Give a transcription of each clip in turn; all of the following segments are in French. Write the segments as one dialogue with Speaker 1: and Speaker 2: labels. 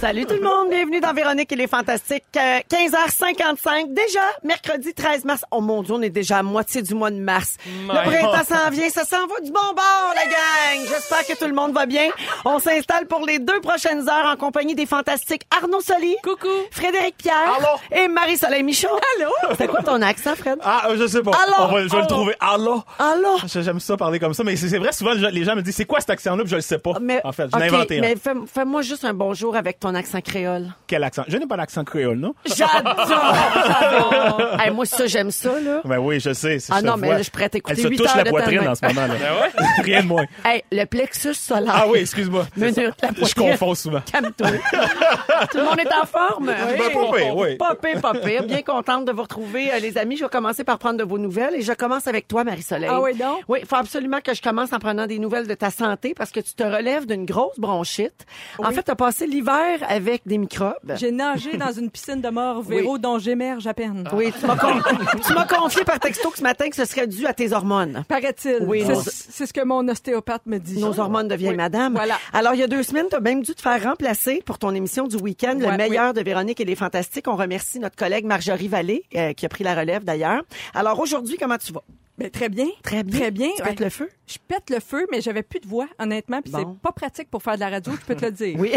Speaker 1: Salut tout le monde, bienvenue dans Véronique et les Fantastiques. Euh, 15h55, déjà mercredi 13 mars. Oh mon Dieu, on est déjà à moitié du mois de mars. le printemps s'en vient, ça s'en va du bon bord, la gang. J'espère que tout le monde va bien. On s'installe pour les deux prochaines heures en compagnie des Fantastiques Arnaud Soli.
Speaker 2: Coucou.
Speaker 1: Frédéric Pierre.
Speaker 3: Allô.
Speaker 1: Et Marie-Soleil Michon. Allô. C'est quoi ton accent, Fred?
Speaker 3: Ah, euh, je sais pas.
Speaker 1: Alors, oh. Ah.
Speaker 3: On va- je vais
Speaker 1: alors.
Speaker 3: le trouver. Alors. Ah,
Speaker 1: Allô.
Speaker 3: Je- J'aime ça parler comme ça, mais c'est c'est vrai, souvent, les gens me disent, c'est quoi cet accent-là? Puis je le sais pas.
Speaker 1: Mais-
Speaker 3: en fait, je hein.
Speaker 1: Ok,
Speaker 3: l'ai inventé. un.
Speaker 1: Mais fais- fais-moi juste un bonjour avec ton accent créole.
Speaker 3: Quel accent? Je n'ai pas l'accent créole, non?
Speaker 1: J'adore! Hey, moi, ça, j'aime ça, là.
Speaker 3: Ben oui, je sais. c'est-
Speaker 1: Ah
Speaker 3: je
Speaker 1: non,
Speaker 3: le
Speaker 1: mais
Speaker 3: vois.
Speaker 1: là, je suis prête à écouter
Speaker 3: Elle se
Speaker 1: huit
Speaker 3: touche
Speaker 1: heures
Speaker 3: la
Speaker 1: de
Speaker 3: poitrine
Speaker 1: temps
Speaker 3: en ce moment, là. Rien de moins.
Speaker 1: Hey, le plexus solaire.
Speaker 3: Ah oui, excuse-moi.
Speaker 1: Menu de la
Speaker 3: Je
Speaker 1: poitrine.
Speaker 3: confonds souvent.
Speaker 1: Calme-toi. Tout le monde est en forme.
Speaker 3: Ben, pas pire, oui.
Speaker 1: Pas pire, pas pire. Bien contente de vous retrouver, euh, les amis. Je vais commencer par prendre de vos nouvelles et je commence avec toi, Marie-Soleil.
Speaker 2: Ah oui, donc?
Speaker 1: Oui, il faut absolument que je commence en prenant des nouvelles de ta santé parce que tu te relèves d'une grosse bronchite. En fait, tu as passé l'hiver avec des microbes.
Speaker 2: J'ai nagé dans une piscine de mort, Véro, dont j'émerge à peine.
Speaker 1: Ah. Oui, tu m'as con- tu m'as confié par texto que ce matin que ce serait dû à tes hormones.
Speaker 2: Paraît-il.
Speaker 1: Oui,
Speaker 2: c'est,
Speaker 1: non.
Speaker 2: c'est ce que mon ostéopathe me dit.
Speaker 1: Nos hormones deviennent
Speaker 2: Oui.
Speaker 1: madame.
Speaker 2: Voilà.
Speaker 1: Alors, il y a deux semaines, tu as même dû te faire remplacer pour ton émission du week-end, le
Speaker 2: Ouais,
Speaker 1: meilleur de Véronique et les Fantastiques. On remercie notre collègue Marjorie Vallée, euh, qui a pris la relève d'ailleurs. Alors, aujourd'hui, comment tu vas?
Speaker 2: Mais très bien.
Speaker 1: Très bien.
Speaker 2: Très bien.
Speaker 1: Tu
Speaker 2: Ouais.
Speaker 1: pètes le feu?
Speaker 2: Je pète le feu, mais j'avais plus de voix, honnêtement, puis
Speaker 1: Bon.
Speaker 2: c'est pas pratique pour faire de la radio, je peux te le dire.
Speaker 1: Oui.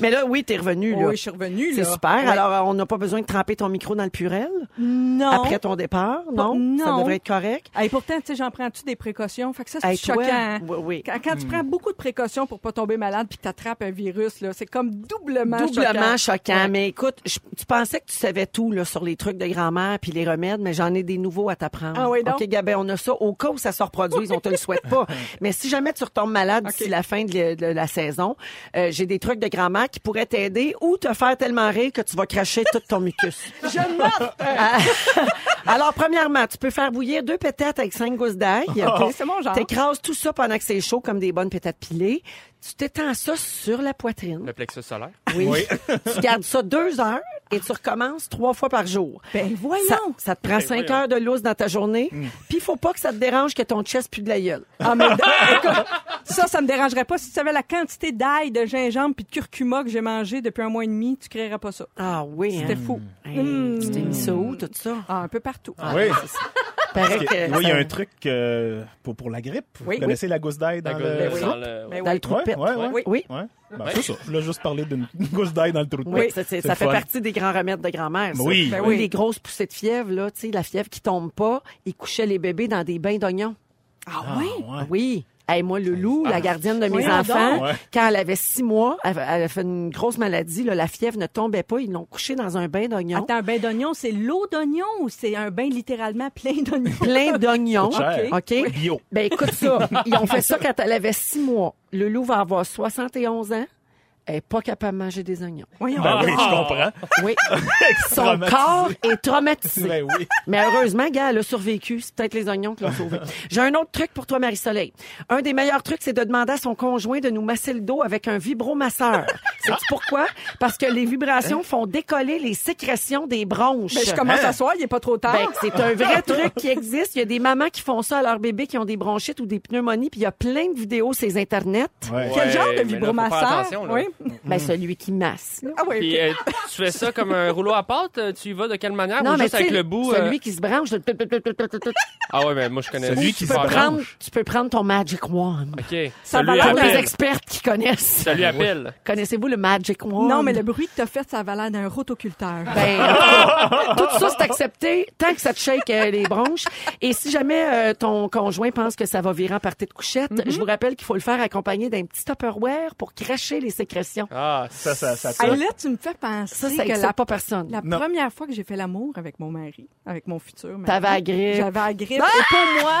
Speaker 1: Mais là, oui, t'es revenu, là.
Speaker 2: Oui, je suis revenue,
Speaker 1: C'est
Speaker 2: là.
Speaker 1: super.
Speaker 2: Ouais.
Speaker 1: Alors, euh, on n'a pas besoin de tremper ton micro dans le purel
Speaker 2: non.
Speaker 1: après ton départ, non? Ça
Speaker 2: non.
Speaker 1: devrait être correct.
Speaker 2: Et pourtant, tu sais, j'en prends-tu des précautions? Fait que ça, c'est
Speaker 1: Hey, toi,
Speaker 2: choquant. hein?
Speaker 1: oui, oui. Hmm.
Speaker 2: Quand, quand tu prends beaucoup de précautions pour pas tomber malade puis que t'attrapes un virus, là, c'est comme doublement,
Speaker 1: Doublement choquant.
Speaker 2: Ouais.
Speaker 1: Mais écoute, je- tu pensais que tu savais tout là, sur les trucs de grand-mère puis les remèdes, mais j'en ai des nouveaux à t'apprendre.
Speaker 2: Ah oui, donc?
Speaker 1: OK, Gabin, on a ça au cas où ça se reproduise, on te le souhaite pas. Mais si jamais tu retombes malade d'ici
Speaker 2: OK.
Speaker 1: la fin de, le- de la saison, euh, j'ai des trucs de grand-mère qui pourraient t'aider ou te faire tellement rire que tu vas cracher tout ton mucus.
Speaker 2: Je note! hein.
Speaker 1: Ah. Alors, premièrement, tu peux faire bouillir deux pétates avec cinq gousses d'ail.
Speaker 2: Ok, c'est mon genre.
Speaker 1: T'écrases tout ça pendant que c'est chaud comme des bonnes pétates pilées. Tu t'étends ça sur la poitrine.
Speaker 4: Le plexus solaire.
Speaker 1: Oui. tu gardes ça deux heures et tu recommences trois fois par jour.
Speaker 2: Ben, voyons.
Speaker 1: Ça, ça te
Speaker 3: Ben
Speaker 1: prend cinq
Speaker 4: voyons.
Speaker 1: heures de lousse dans ta journée.
Speaker 3: Mm.
Speaker 1: Puis il faut pas que ça te dérange que ton chest pue de la gueule.
Speaker 2: Ah, mais écoute, ça, ça me dérangerait pas. Si tu savais la quantité d'ail, de gingembre puis de curcuma que j'ai mangé depuis un mois et demi, tu créerais pas ça.
Speaker 1: Ah oui.
Speaker 2: C'était
Speaker 1: hein.
Speaker 2: fou. Mm.
Speaker 1: Hey, Tu t'es mis ça où, tout ça?
Speaker 2: Ah, un peu partout.
Speaker 3: Oui.
Speaker 1: Paraît
Speaker 3: Parce que-
Speaker 1: que
Speaker 3: oui, il y a
Speaker 1: ça-
Speaker 3: un truc euh, pour, pour la grippe.
Speaker 2: Oui,
Speaker 3: Vous connaissez la gousse d'ail dans
Speaker 4: Dans
Speaker 3: le...
Speaker 4: le-
Speaker 3: Ouais,
Speaker 4: dans le-
Speaker 2: Mais
Speaker 1: dans le
Speaker 2: oui.
Speaker 1: trou de
Speaker 3: ouais,
Speaker 1: pète.
Speaker 3: ouais, ouais.
Speaker 2: Oui.
Speaker 1: Oui.
Speaker 3: Ben, c'est ça. Je voulais juste parler d'une gousse d'ail dans le trou de
Speaker 1: Oui,
Speaker 3: tête.
Speaker 1: ça, c'est-
Speaker 3: C'est
Speaker 1: ça
Speaker 3: le
Speaker 1: fait
Speaker 3: fun.
Speaker 1: partie des grands remèdes de grand-mère. ça.
Speaker 3: Oui.
Speaker 2: Ben
Speaker 1: oui.
Speaker 2: oui.
Speaker 1: Les grosses poussées de fièvre, là, tu sais, la fièvre qui tombe pas, ils couchaient les bébés dans des bains d'oignons.
Speaker 2: Ah oui?
Speaker 3: Ouais.
Speaker 1: Oui. Hey, moi, le loup, la gardienne de mes
Speaker 2: Voyons
Speaker 1: enfants,
Speaker 3: donc. Ouais.
Speaker 1: quand elle avait six mois, elle, elle a fait une grosse maladie, là, la fièvre ne tombait pas, ils l'ont couchée dans un bain d'oignons.
Speaker 2: Attends, un bain d'oignon, c'est l'eau d'oignon ou c'est un bain littéralement plein d'oignons?
Speaker 1: Plein d'oignons.
Speaker 3: Coûte cher.
Speaker 1: OK.
Speaker 3: Bio.
Speaker 1: Ben, écoute ça. Ils ont fait ça quand elle avait six mois. Le loup va avoir 71 ans. Elle n'est pas capable de manger des oignons.
Speaker 2: Voyons.
Speaker 3: Ben oui, je comprends.
Speaker 1: Oui. Son corps est traumatisé.
Speaker 3: Ben oui.
Speaker 1: Mais heureusement, gars, elle a survécu. C'est peut-être les oignons qui l'ont sauvé. J'ai un autre truc pour toi, Marie-Soleil. Un des meilleurs trucs, c'est de demander à son conjoint de nous masser le dos avec un vibromasseur. Sais-tu pourquoi? Parce que les vibrations font décoller les sécrétions des bronches.
Speaker 2: Ben, je commence à soir, il est pas trop tard.
Speaker 1: Ben, c'est un vrai truc qui existe. Il y a des mamans qui font ça à leurs bébés qui ont des bronchites ou des pneumonies, puis il y a plein de vidéos sur les internets.
Speaker 3: Ouais.
Speaker 2: Quel genre
Speaker 4: Ouais, mais
Speaker 2: de
Speaker 4: là, faut faire
Speaker 2: vibromasseur?
Speaker 4: attention, là.
Speaker 2: Oui.
Speaker 1: Ben, celui qui masse. là.
Speaker 2: Ah oui.
Speaker 4: Puis euh, tu fais ça comme un rouleau à pâte? euh, Tu y vas de quelle manière? ou juste
Speaker 1: tu sais,
Speaker 4: avec le bout? euh,
Speaker 1: celui qui se branche. là,
Speaker 4: Ah ouais, mais moi je connais
Speaker 3: Celui
Speaker 4: Ou
Speaker 3: qui
Speaker 4: tu
Speaker 3: se
Speaker 4: fais
Speaker 3: branche.
Speaker 1: prendre- tu peux prendre ton Magic Wand.
Speaker 4: OK.
Speaker 2: Ça
Speaker 4: Celui
Speaker 2: va
Speaker 1: Pour les
Speaker 4: appelle.
Speaker 1: expertes qui connaissent.
Speaker 4: Celui appelle.
Speaker 1: Connaissez-vous le Magic
Speaker 4: euh,
Speaker 1: Wand?
Speaker 2: Non, mais le bruit que t'as fait, ça avait l'air d'un rotoculteur.
Speaker 1: Ben, en tout cas, tout ça, c'est accepté tant que ça te shake euh, les bronches. Et si jamais euh, ton conjoint pense que ça va virer en partie de couchette,
Speaker 2: Mm-hmm.
Speaker 1: je vous rappelle qu'il faut le faire accompagné d'un petit Tupperware pour cracher les sécrétions.
Speaker 4: Ah,
Speaker 3: Ça, ça, ça.
Speaker 2: Hey,
Speaker 3: ça.
Speaker 2: là, tu me fais penser
Speaker 1: Ça, ça
Speaker 2: que
Speaker 1: n'excite
Speaker 2: la
Speaker 1: pas personne.
Speaker 2: La
Speaker 3: Non.
Speaker 2: première fois que j'ai fait l'amour avec mon mari, avec mon futur mari.
Speaker 1: T'avais la grippe.
Speaker 2: Ah!
Speaker 1: Ah.
Speaker 2: J'avais la grippe. Et pour moi,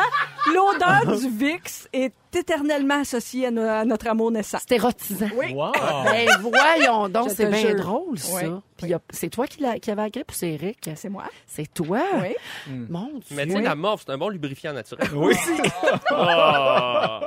Speaker 2: l'odeur du VIX est éternellement associé à, no- à notre amour naissant.
Speaker 1: C'est érotisant.
Speaker 3: Wow.
Speaker 1: Ben voyons donc,
Speaker 2: Je
Speaker 1: c'est
Speaker 2: te
Speaker 1: bien
Speaker 2: jure.
Speaker 1: drôle, ça.
Speaker 2: Oui.
Speaker 1: Puis y a- c'est toi qui, l'a- qui avais la grippe ou c'est Eric?
Speaker 2: C'est moi.
Speaker 1: C'est toi?
Speaker 2: Oui.
Speaker 1: Mon Dieu.
Speaker 4: Hmm. Mais tu sais, la morphe, c'est un bon lubrifiant naturel.
Speaker 3: Oui.
Speaker 4: Ah.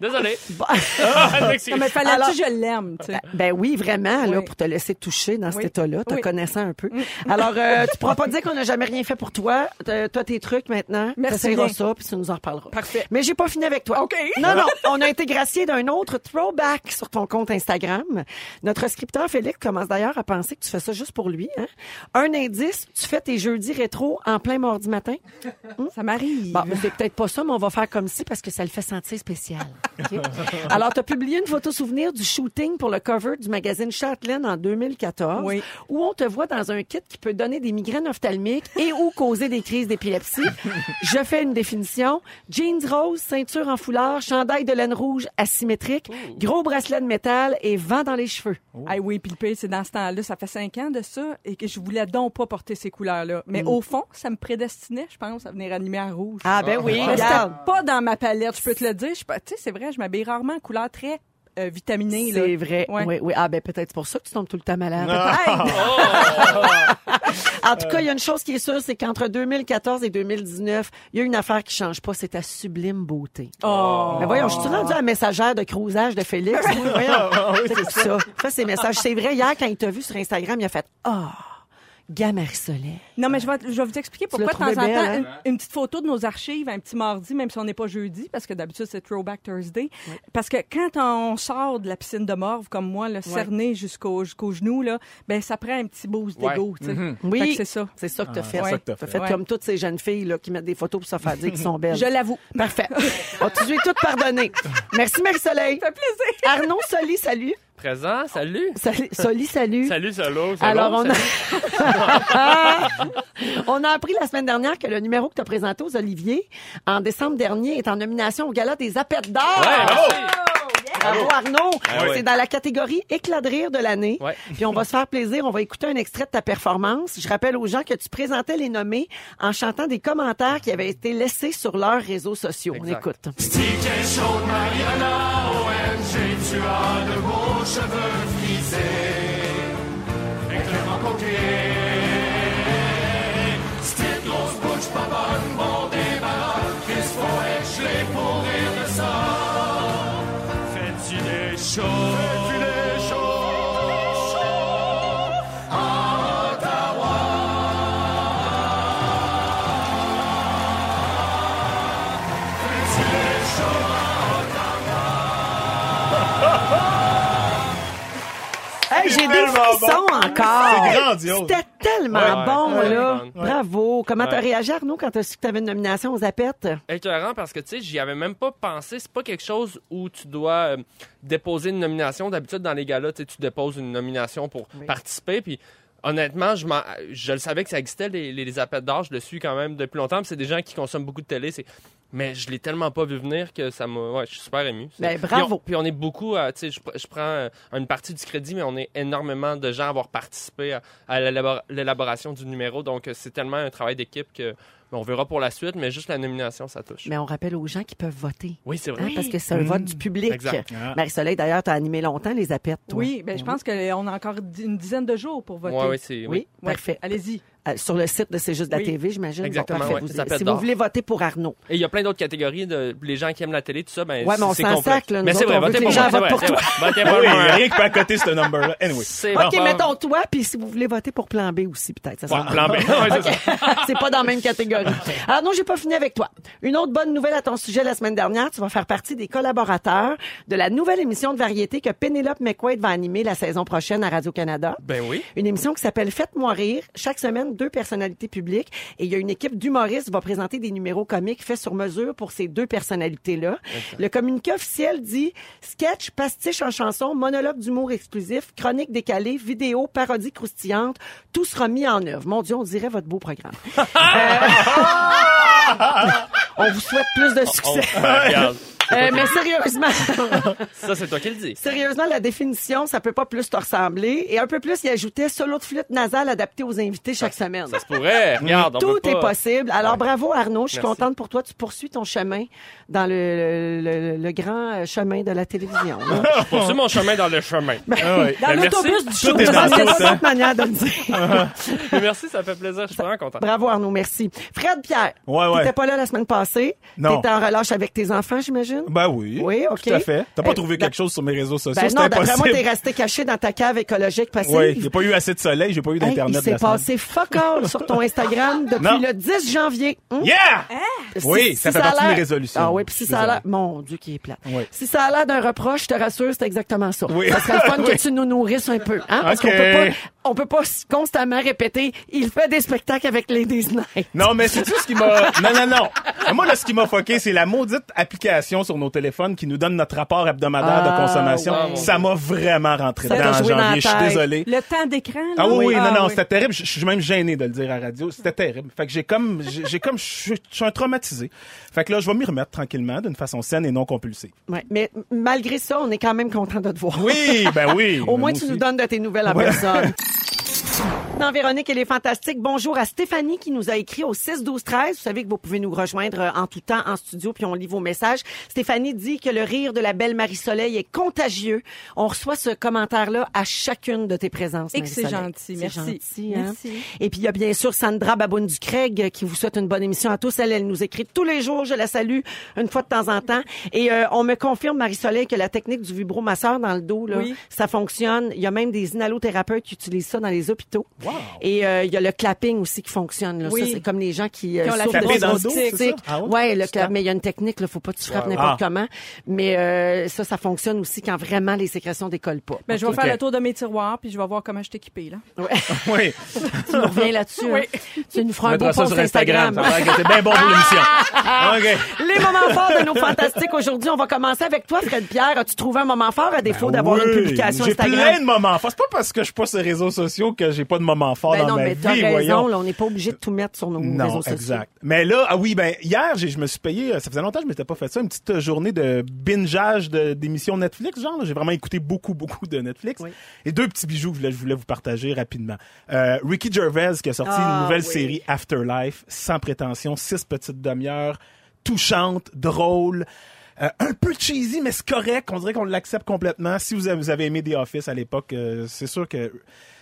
Speaker 4: Désolé.
Speaker 1: Bon.
Speaker 4: Ah,
Speaker 2: Non, mais
Speaker 4: excuse.
Speaker 2: fallait
Speaker 1: Alors-
Speaker 2: que je l'aime, tu sais.
Speaker 1: Ben oui, vraiment, là,
Speaker 2: Oui.
Speaker 1: pour te laisser toucher dans cet
Speaker 2: Oui.
Speaker 1: état-là, te
Speaker 2: Oui. Mm.
Speaker 1: connaissant un peu. Alors, euh, tu pourras pas dire qu'on n'a jamais rien fait pour toi. Euh, Toi, tes trucs maintenant.
Speaker 2: Merci
Speaker 1: T'essayeras
Speaker 2: bien.
Speaker 1: ça, puis tu nous en reparleras.
Speaker 2: Parfait.
Speaker 1: Mais j'ai pas fini avec toi.
Speaker 2: OK.
Speaker 1: Non, non, on a été gracié d'un autre throwback sur ton compte Instagram. Notre scripteur Félix commence d'ailleurs à penser que tu fais ça juste pour lui. Hein? Un indice, tu fais tes jeudis rétro en plein mardi matin.
Speaker 2: Ça m'arrive.
Speaker 1: Bon, mais c'est peut-être pas ça, mais on va faire comme si parce que ça le fait sentir spécial. OK? Alors, tu as publié une photo souvenir du shooting pour le cover du magazine Châtelaine en 2014,
Speaker 2: Oui.
Speaker 1: où on te voit dans un kit qui peut donner des migraines ophtalmiques et ou causer des crises d'épilepsie. Je fais une définition. Jeans rose, ceinture en foulard, chandail de laine rouge asymétrique, gros bracelet de métal et vent dans les cheveux.
Speaker 2: Ah oui, puis le pire, c'est dans ce temps-là, ça fait cinq ans de ça, et que je voulais donc pas porter ces couleurs-là. Mais au fond, ça me prédestinait, je pense, à venir animer à rouge.
Speaker 1: Mm. Ah ben oui,
Speaker 2: Mais c'était
Speaker 1: regarde.
Speaker 2: pas dans ma palette, je peux te le dire. Je suis pas- Tu sais, c'est vrai, je m'habille rarement en couleur très euh, vitaminée. là.
Speaker 1: C'est vrai.
Speaker 2: Ouais.
Speaker 1: Oui, oui. Ah ben peut-être c'est pour ça que tu tombes tout le temps malade.
Speaker 2: Hey!
Speaker 1: En tout cas, il y a une chose qui est sûre, c'est qu'entre 2014 et 2019, il y a une affaire qui change pas, c'est ta sublime beauté.
Speaker 2: Oh.
Speaker 1: Mais voyons, je suis rendue à la messagère de crousage de Félix. Oui, voyons. c'est ça. Fait ses messages. C'est vrai, hier, quand il t'a vu sur Instagram, il a fait « Ah, gars Marie-Soleil.
Speaker 2: Non, mais je vais, je vais vous expliquer pourquoi
Speaker 1: l'as
Speaker 2: de temps
Speaker 1: trouvée
Speaker 2: en temps,
Speaker 1: belle, hein?
Speaker 2: une, une petite photo de nos archives, un petit mardi, même si on n'est pas jeudi, parce que d'habitude, c'est Throwback Thursday. Parce que quand on sort de la piscine de morve, comme moi, le cerné jusqu'au jusqu'au genou, là, ben, ça prend un petit boost
Speaker 4: Ouais.
Speaker 2: d'ego, tu sais.
Speaker 3: Mm-hmm.
Speaker 1: Oui.
Speaker 2: Fait que c'est ça.
Speaker 1: C'est ça que t'as fait.
Speaker 2: c'est ça que
Speaker 3: t'as
Speaker 1: T'as
Speaker 3: fait.
Speaker 1: fait
Speaker 2: Ouais.
Speaker 1: comme toutes ces jeunes filles là, qui mettent des photos pour se faire dire qu'ils sont belles. Ah,
Speaker 2: Je l'avoue.
Speaker 1: Parfait. On te suis tout pardonné. Merci Marie-Soleil.
Speaker 2: Ça fait plaisir.
Speaker 1: Arnaud Soli, salut.
Speaker 4: Présent, salut.
Speaker 1: Soli, Soli, salut.
Speaker 4: Salut, solo.
Speaker 1: Alors, on
Speaker 4: salut.
Speaker 1: a... on a appris la semaine dernière que le numéro que tu as présenté aux Oliviers en décembre dernier est en nomination au Gala des Appels d'or.
Speaker 4: Ouais,
Speaker 3: Oh!
Speaker 4: merci.
Speaker 1: Bravo Arnaud!
Speaker 4: Ah ouais.
Speaker 1: C'est dans la catégorie éclat de rire de l'année.
Speaker 4: Ouais.
Speaker 1: Puis on va se faire plaisir, on va écouter un extrait de ta performance. Je rappelle aux gens que tu présentais les nommés en chantant des commentaires qui avaient été laissés sur leurs réseaux sociaux. On
Speaker 4: Exact.
Speaker 1: écoute. Hey, j'ai des
Speaker 3: tellement
Speaker 1: frissons encore!
Speaker 3: C'est grandiose.
Speaker 1: C'était tellement
Speaker 4: Ouais.
Speaker 1: bon,
Speaker 4: Ouais.
Speaker 1: là!
Speaker 4: Ouais.
Speaker 1: Bravo! Comment t'as
Speaker 4: Ouais.
Speaker 1: réagi, Arnaud, quand t'as su que t'avais une nomination aux Apettes?
Speaker 4: écœurant parce que tu sais, j'y avais même pas pensé. C'est pas quelque chose où tu dois euh, déposer une nomination. D'habitude, dans les galas, tu sais, tu déposes une nomination pour participer. Puis honnêtement, je, m'en- je le savais que ça existait, les, les, les appels d'or. Je le suis quand même depuis longtemps. Puis c'est des gens qui consomment beaucoup de télé. C'est mais je l'ai tellement pas vu venir que ça m'a. Ouais, je suis super ému. C'est-
Speaker 1: Ben, bravo.
Speaker 4: Puis on, puis on est beaucoup. à- Tu sais, je, pr- je prends euh, une partie du crédit, mais on est énormément de gens à avoir participé à, à l'élabor- l'élaboration du numéro. Donc euh, c'est tellement un travail d'équipe que ben, on verra pour la suite. Mais juste la nomination, ça touche.
Speaker 1: Mais on rappelle aux gens qui peuvent voter.
Speaker 4: Oui, c'est
Speaker 1: Hein,
Speaker 4: vrai.
Speaker 1: Ben, Parce que c'est un vote du public.
Speaker 4: Mm. Exact.
Speaker 3: Ah.
Speaker 1: Marie-Soleil, d'ailleurs, t'as animé longtemps les Apettes, toi. Mm.
Speaker 2: Oui, ben, je pense qu'on a encore di- une dizaine de jours pour voter.
Speaker 4: Ouais, ouais, c'est-
Speaker 1: Oui,
Speaker 4: oui.
Speaker 2: Ouais,
Speaker 1: parfait.
Speaker 2: Allez-y.
Speaker 1: Euh, Sur le site de C'est juste de la
Speaker 2: Oui.
Speaker 1: TV, j'imagine.
Speaker 4: Exactement,
Speaker 1: parfait.
Speaker 4: ouais.
Speaker 1: Vous-
Speaker 4: Les Apettes
Speaker 1: si vous
Speaker 4: d'or.
Speaker 1: voulez voter pour Arnaud.
Speaker 4: Et il y a plein d'autres catégories de les gens qui aiment la télé, tout ça. Ben,
Speaker 1: Ouais, mais on
Speaker 4: c'est
Speaker 1: s'en
Speaker 4: complexe.
Speaker 1: sac, là, nous
Speaker 4: Mais c'est
Speaker 1: autres,
Speaker 4: vrai,
Speaker 1: on veut
Speaker 4: votez
Speaker 1: que
Speaker 4: pour
Speaker 1: les gens
Speaker 4: moi, c'est
Speaker 1: votent
Speaker 4: vrai, c'est vrai. Votez
Speaker 3: Ah
Speaker 4: pour
Speaker 3: oui,
Speaker 4: moi.
Speaker 3: rien que pas à côté ce number-là. Anyway.
Speaker 4: C'est
Speaker 1: OK,
Speaker 4: bon.
Speaker 1: mettons toi, puis si vous voulez voter pour plan B aussi, peut-être. Ça sera-
Speaker 4: Plan B. Ouais, c'est ça.
Speaker 1: c'est pas dans la même catégorie. Alors non, j'ai pas fini avec toi. Une autre bonne nouvelle à ton sujet la semaine dernière, tu vas faire partie des collaborateurs de la nouvelle émission de variété que Pénélope McQuaid va animer la saison prochaine à Radio-Canada.
Speaker 4: Ben oui.
Speaker 1: Une émission qui s'appelle Faites-moi rire. Chaque semaine, deux personnalités publiques. Et il y a une équipe d'humoristes qui va présenter des numéros comiques faits sur mesure pour ces deux personnalités-là. Le communiqué officiel dit sketch, pastiche en chanson, monologue d'humour exclusif, chronique décalée, vidéo, parodie croustillante. Tout sera mis en œuvre. Mon Dieu, on dirait votre beau programme. Euh, on vous souhaite plus de succès.
Speaker 4: Regarde.
Speaker 1: Euh, mais sérieusement,
Speaker 4: Ça, c'est toi qui le dis.
Speaker 1: sérieusement, la définition, ça peut pas plus te ressembler. Et un peu plus, il ajoutait solo de flûte nasale adapté aux invités chaque semaine.
Speaker 4: Ça se pourrait. Regarde, on
Speaker 1: Tout
Speaker 4: peut pas.
Speaker 1: est possible. Alors, bravo, Arnaud. Je suis
Speaker 4: Merci.
Speaker 1: contente pour toi. Tu poursuis ton chemin dans le, le- le- le grand euh, chemin de la télévision. là.
Speaker 4: Je poursuis mon chemin dans le chemin.
Speaker 3: Ah ouais.
Speaker 2: Dans
Speaker 4: Ben, merci.
Speaker 2: l'autobus du show.
Speaker 3: est
Speaker 1: Je
Speaker 3: dans
Speaker 1: pense que
Speaker 3: le Ah
Speaker 1: c'est
Speaker 3: sens.
Speaker 1: une autre manière de le dire.
Speaker 4: Mais merci, ça fait plaisir. Je suis vraiment content.
Speaker 1: Bravo, Arnaud. Merci. Fred Pierre,
Speaker 3: ah. Ouais, ouais.
Speaker 1: t'étais pas là la semaine passée.
Speaker 3: Non.
Speaker 1: T'étais en relâche avec tes enfants, j'imagine?
Speaker 3: Ben oui.
Speaker 1: Oui, OK.
Speaker 3: Tout à fait. T'as pas
Speaker 1: Euh,
Speaker 3: trouvé
Speaker 1: ben-
Speaker 3: quelque chose sur mes réseaux sociaux,
Speaker 1: Ben
Speaker 3: c'est
Speaker 1: non, d'après moi, t'es
Speaker 3: impossible.
Speaker 1: resté caché dans ta cave écologique passive.
Speaker 3: Oui, j'ai pas eu assez de soleil, j'ai pas eu
Speaker 1: Hey,
Speaker 3: d'internet.
Speaker 1: il
Speaker 3: de la semaine.
Speaker 1: s'est passé fuck all sur ton Instagram depuis
Speaker 3: Non.
Speaker 1: le 10 janvier. Hum?
Speaker 3: Yeah!
Speaker 1: Si-
Speaker 3: Oui,
Speaker 1: si
Speaker 3: ça fait
Speaker 1: a
Speaker 3: partie de mes
Speaker 1: l'air-
Speaker 3: résolutions.
Speaker 1: Ah oui, puis si
Speaker 3: Je suis
Speaker 1: ça a l'air...
Speaker 3: désolé.
Speaker 1: Mon Dieu, qui est plate.
Speaker 3: Oui.
Speaker 1: Si ça a l'air d'un reproche, je te rassure, c'est exactement ça.
Speaker 3: Oui.
Speaker 1: Ça serait le fun
Speaker 3: Oui.
Speaker 1: que tu nous nourrisses un peu. Hein? Parce
Speaker 3: OK.
Speaker 1: qu'on peut pas... On peut pas s- constamment répéter « Il fait des spectacles avec Ladies Night
Speaker 3: Non, mais c'est tout ce qui m'a. Non, non, non. Mais moi, là, ce qui m'a foqué, c'est la maudite application sur nos téléphones qui nous donne notre rapport hebdomadaire
Speaker 1: Ah,
Speaker 3: de consommation.
Speaker 4: ouais.
Speaker 3: Ça m'a vraiment rentré
Speaker 1: Ça
Speaker 3: dedans
Speaker 1: t'a
Speaker 3: en
Speaker 1: joué dans la
Speaker 3: janvier. Je suis
Speaker 1: tête.
Speaker 3: désolé.
Speaker 2: Le temps d'écran.
Speaker 3: Ah
Speaker 2: là.
Speaker 3: oui, oui, non, non,
Speaker 2: oui.
Speaker 3: c'était terrible. Je je suis même gêné de le dire à la radio. C'était terrible. Fait que j'ai comme, j'ai j'ai comme, je suis- je suis un traumatisé. Fait que là, je vais m'y remettre tranquillement d'une façon saine et non compulsive. ».
Speaker 1: Ouais. Mais m- malgré ça, on est quand même content de te voir.
Speaker 3: Oui, ben oui.
Speaker 1: Au moins,
Speaker 3: Moi
Speaker 1: tu
Speaker 3: aussi.
Speaker 1: nous donnes de tes nouvelles en
Speaker 3: Ouais.
Speaker 1: personne. Non, Véronique, elle est fantastique. Bonjour à Stéphanie qui nous a écrit au 6 12 13. Vous savez que vous pouvez nous rejoindre euh, en tout temps en studio puis on lit vos messages. Stéphanie dit que le rire de la belle Marie Soleil est contagieux. On reçoit ce commentaire là à chacune de tes présences.
Speaker 2: Et que c'est
Speaker 1: Marie-Soleil.
Speaker 2: gentil,
Speaker 1: C'est
Speaker 2: merci.
Speaker 1: gentil, hein?
Speaker 2: Merci.
Speaker 1: Et puis il y a bien sûr Sandra Baboun du Craig qui vous souhaite une bonne émission à tous. Elle, elle nous écrit tous les jours. Je la salue une fois de temps en temps. Et euh, on me confirme Marie Soleil que la technique du vibromasseur dans le dos là,
Speaker 2: Oui.
Speaker 1: ça fonctionne. Il y a même des inhalothérapeutes qui utilisent ça dans les hôpitaux.
Speaker 3: Wow.
Speaker 1: Et euh, il y a le clapping aussi qui fonctionne. Là.
Speaker 2: Oui.
Speaker 1: Ça, c'est comme les gens qui,
Speaker 2: Qui ont la
Speaker 1: souffrent
Speaker 3: clapée
Speaker 1: de
Speaker 3: dans le dos,
Speaker 1: spondylolytique.
Speaker 3: c'est ça? Ah ouais?
Speaker 1: ouais, le
Speaker 3: Tu
Speaker 1: clap,
Speaker 3: tapes.
Speaker 1: mais il y a une technique. Là, faut pas que tu frappes n'importe
Speaker 3: Ah.
Speaker 1: comment. Mais euh, ça, ça fonctionne aussi quand vraiment les sécrétions décollent pas.
Speaker 2: Ben, je vais
Speaker 3: Ok.
Speaker 2: faire le tour de mes tiroirs, puis je vais voir comment je suis équipée, là.
Speaker 1: Ouais.
Speaker 3: Oui.
Speaker 1: tu nous reviens là-dessus. hein. Tu nous feras
Speaker 3: On
Speaker 1: un beau
Speaker 3: mettra ça
Speaker 1: post
Speaker 3: sur Instagram. Ça
Speaker 1: Instagram.
Speaker 3: va que c'est bien bon pour l'émission. OK.
Speaker 1: Les moments forts de nos fantastiques aujourd'hui. On va commencer avec toi, Fred Pierre. As-tu trouvé un moment fort à défaut d'avoir
Speaker 3: Ben Oui,
Speaker 1: une publication
Speaker 3: J'ai
Speaker 1: Instagram?
Speaker 3: plein de moments forts. C'est pas parce que je suis pas sur les réseaux sociaux que j'ai pas de moments forts
Speaker 1: Ben
Speaker 3: dans
Speaker 1: non,
Speaker 3: ma
Speaker 1: mais
Speaker 3: vie,
Speaker 1: t'as raison.
Speaker 3: voyons.
Speaker 1: Là, on n'est pas obligé de tout mettre sur nos réseaux
Speaker 3: Non,
Speaker 1: sociaux.
Speaker 3: exact. Mais là, ah oui, ben hier, j'ai- je me suis payé, euh, ça faisait longtemps que je m'étais pas fait ça, une petite euh, journée de bingeage de- d'émissions Netflix, genre. là. J'ai vraiment écouté beaucoup, beaucoup de Netflix.
Speaker 1: Oui.
Speaker 3: Et deux petits bijoux que je voulais- je voulais vous partager rapidement. Euh, Ricky Gervais qui a sorti
Speaker 1: Ah,
Speaker 3: une nouvelle
Speaker 1: oui.
Speaker 3: série Afterlife, sans prétention, six petites demi-heures, touchante, drôle. euh, un peu cheesy, mais c'est correct. On dirait qu'on l'accepte complètement. Si vous avez, vous avez aimé The Office à l'époque, euh, c'est sûr que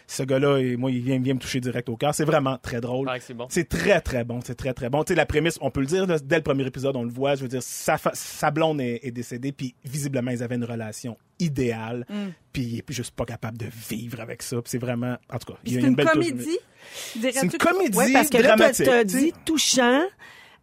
Speaker 3: ce gars-là, et moi, il vient, il vient me toucher direct au cœur. C'est vraiment très drôle.
Speaker 4: Paraît que c'est bon.
Speaker 3: C'est très, très bon. C'est très, très bon. Tu sais, la prémisse, on peut le dire, là, dès le premier épisode, on le voit. Je veux dire, sa, fa- sa blonde est, est décédée, puis visiblement, ils avaient une relation idéale,
Speaker 2: Mm.
Speaker 3: puis il est juste pas capable de vivre avec ça. Puis c'est vraiment, en tout cas, il
Speaker 2: Puis
Speaker 3: y a
Speaker 2: c'est une,
Speaker 3: belle touche de-
Speaker 2: comédie.
Speaker 3: C'est une
Speaker 2: Dirais-tu que-
Speaker 3: comédie
Speaker 1: Oui, parce que là, tu as,
Speaker 3: dramatique. tu sais.
Speaker 1: dit touchant.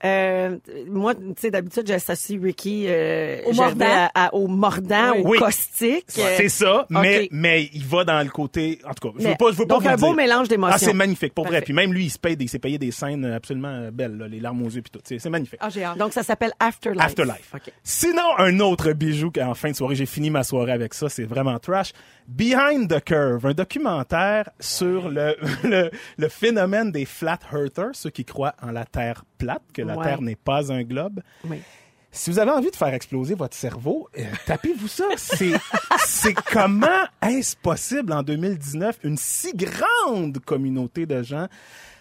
Speaker 1: Euh, moi, tu sais, d'habitude, j'associe Ricky euh,
Speaker 2: Au
Speaker 1: Gervais
Speaker 2: mordant.
Speaker 1: à- à- au mordant,
Speaker 3: Oui.
Speaker 1: au
Speaker 3: Oui.
Speaker 1: caustique. Euh,
Speaker 3: C'est ça, mais,
Speaker 1: OK.
Speaker 3: mais il va dans le côté. En tout cas, je
Speaker 1: Mais-
Speaker 3: veux pas, je veux pas
Speaker 1: donc,
Speaker 3: vous
Speaker 1: un
Speaker 3: le dire.
Speaker 1: beau mélange d'émotions.
Speaker 3: Ah, c'est magnifique, pour vrai.
Speaker 1: Parfait.
Speaker 3: Puis même lui, il se paye, des- il s'est payé des scènes absolument euh, belles, là, les larmes aux yeux, puis tout. C'est c'est magnifique.
Speaker 2: Ah, j'ai hâte.
Speaker 1: Donc, ça s'appelle Afterlife.
Speaker 3: Afterlife.
Speaker 1: OK.
Speaker 3: Sinon, un autre bijou qu'en fin de soirée, j'ai fini ma soirée avec ça, c'est vraiment trash. Behind the Curve, un documentaire sur le, le, le phénomène des flat earthers, ceux qui croient en la Terre plate, que la
Speaker 1: Ouais.
Speaker 3: Terre n'est pas un globe.
Speaker 1: Oui.
Speaker 3: Si vous avez envie de faire exploser votre cerveau, euh, tapez-vous ça. C'est, c'est comment est-ce possible en 2019 une si grande communauté de gens?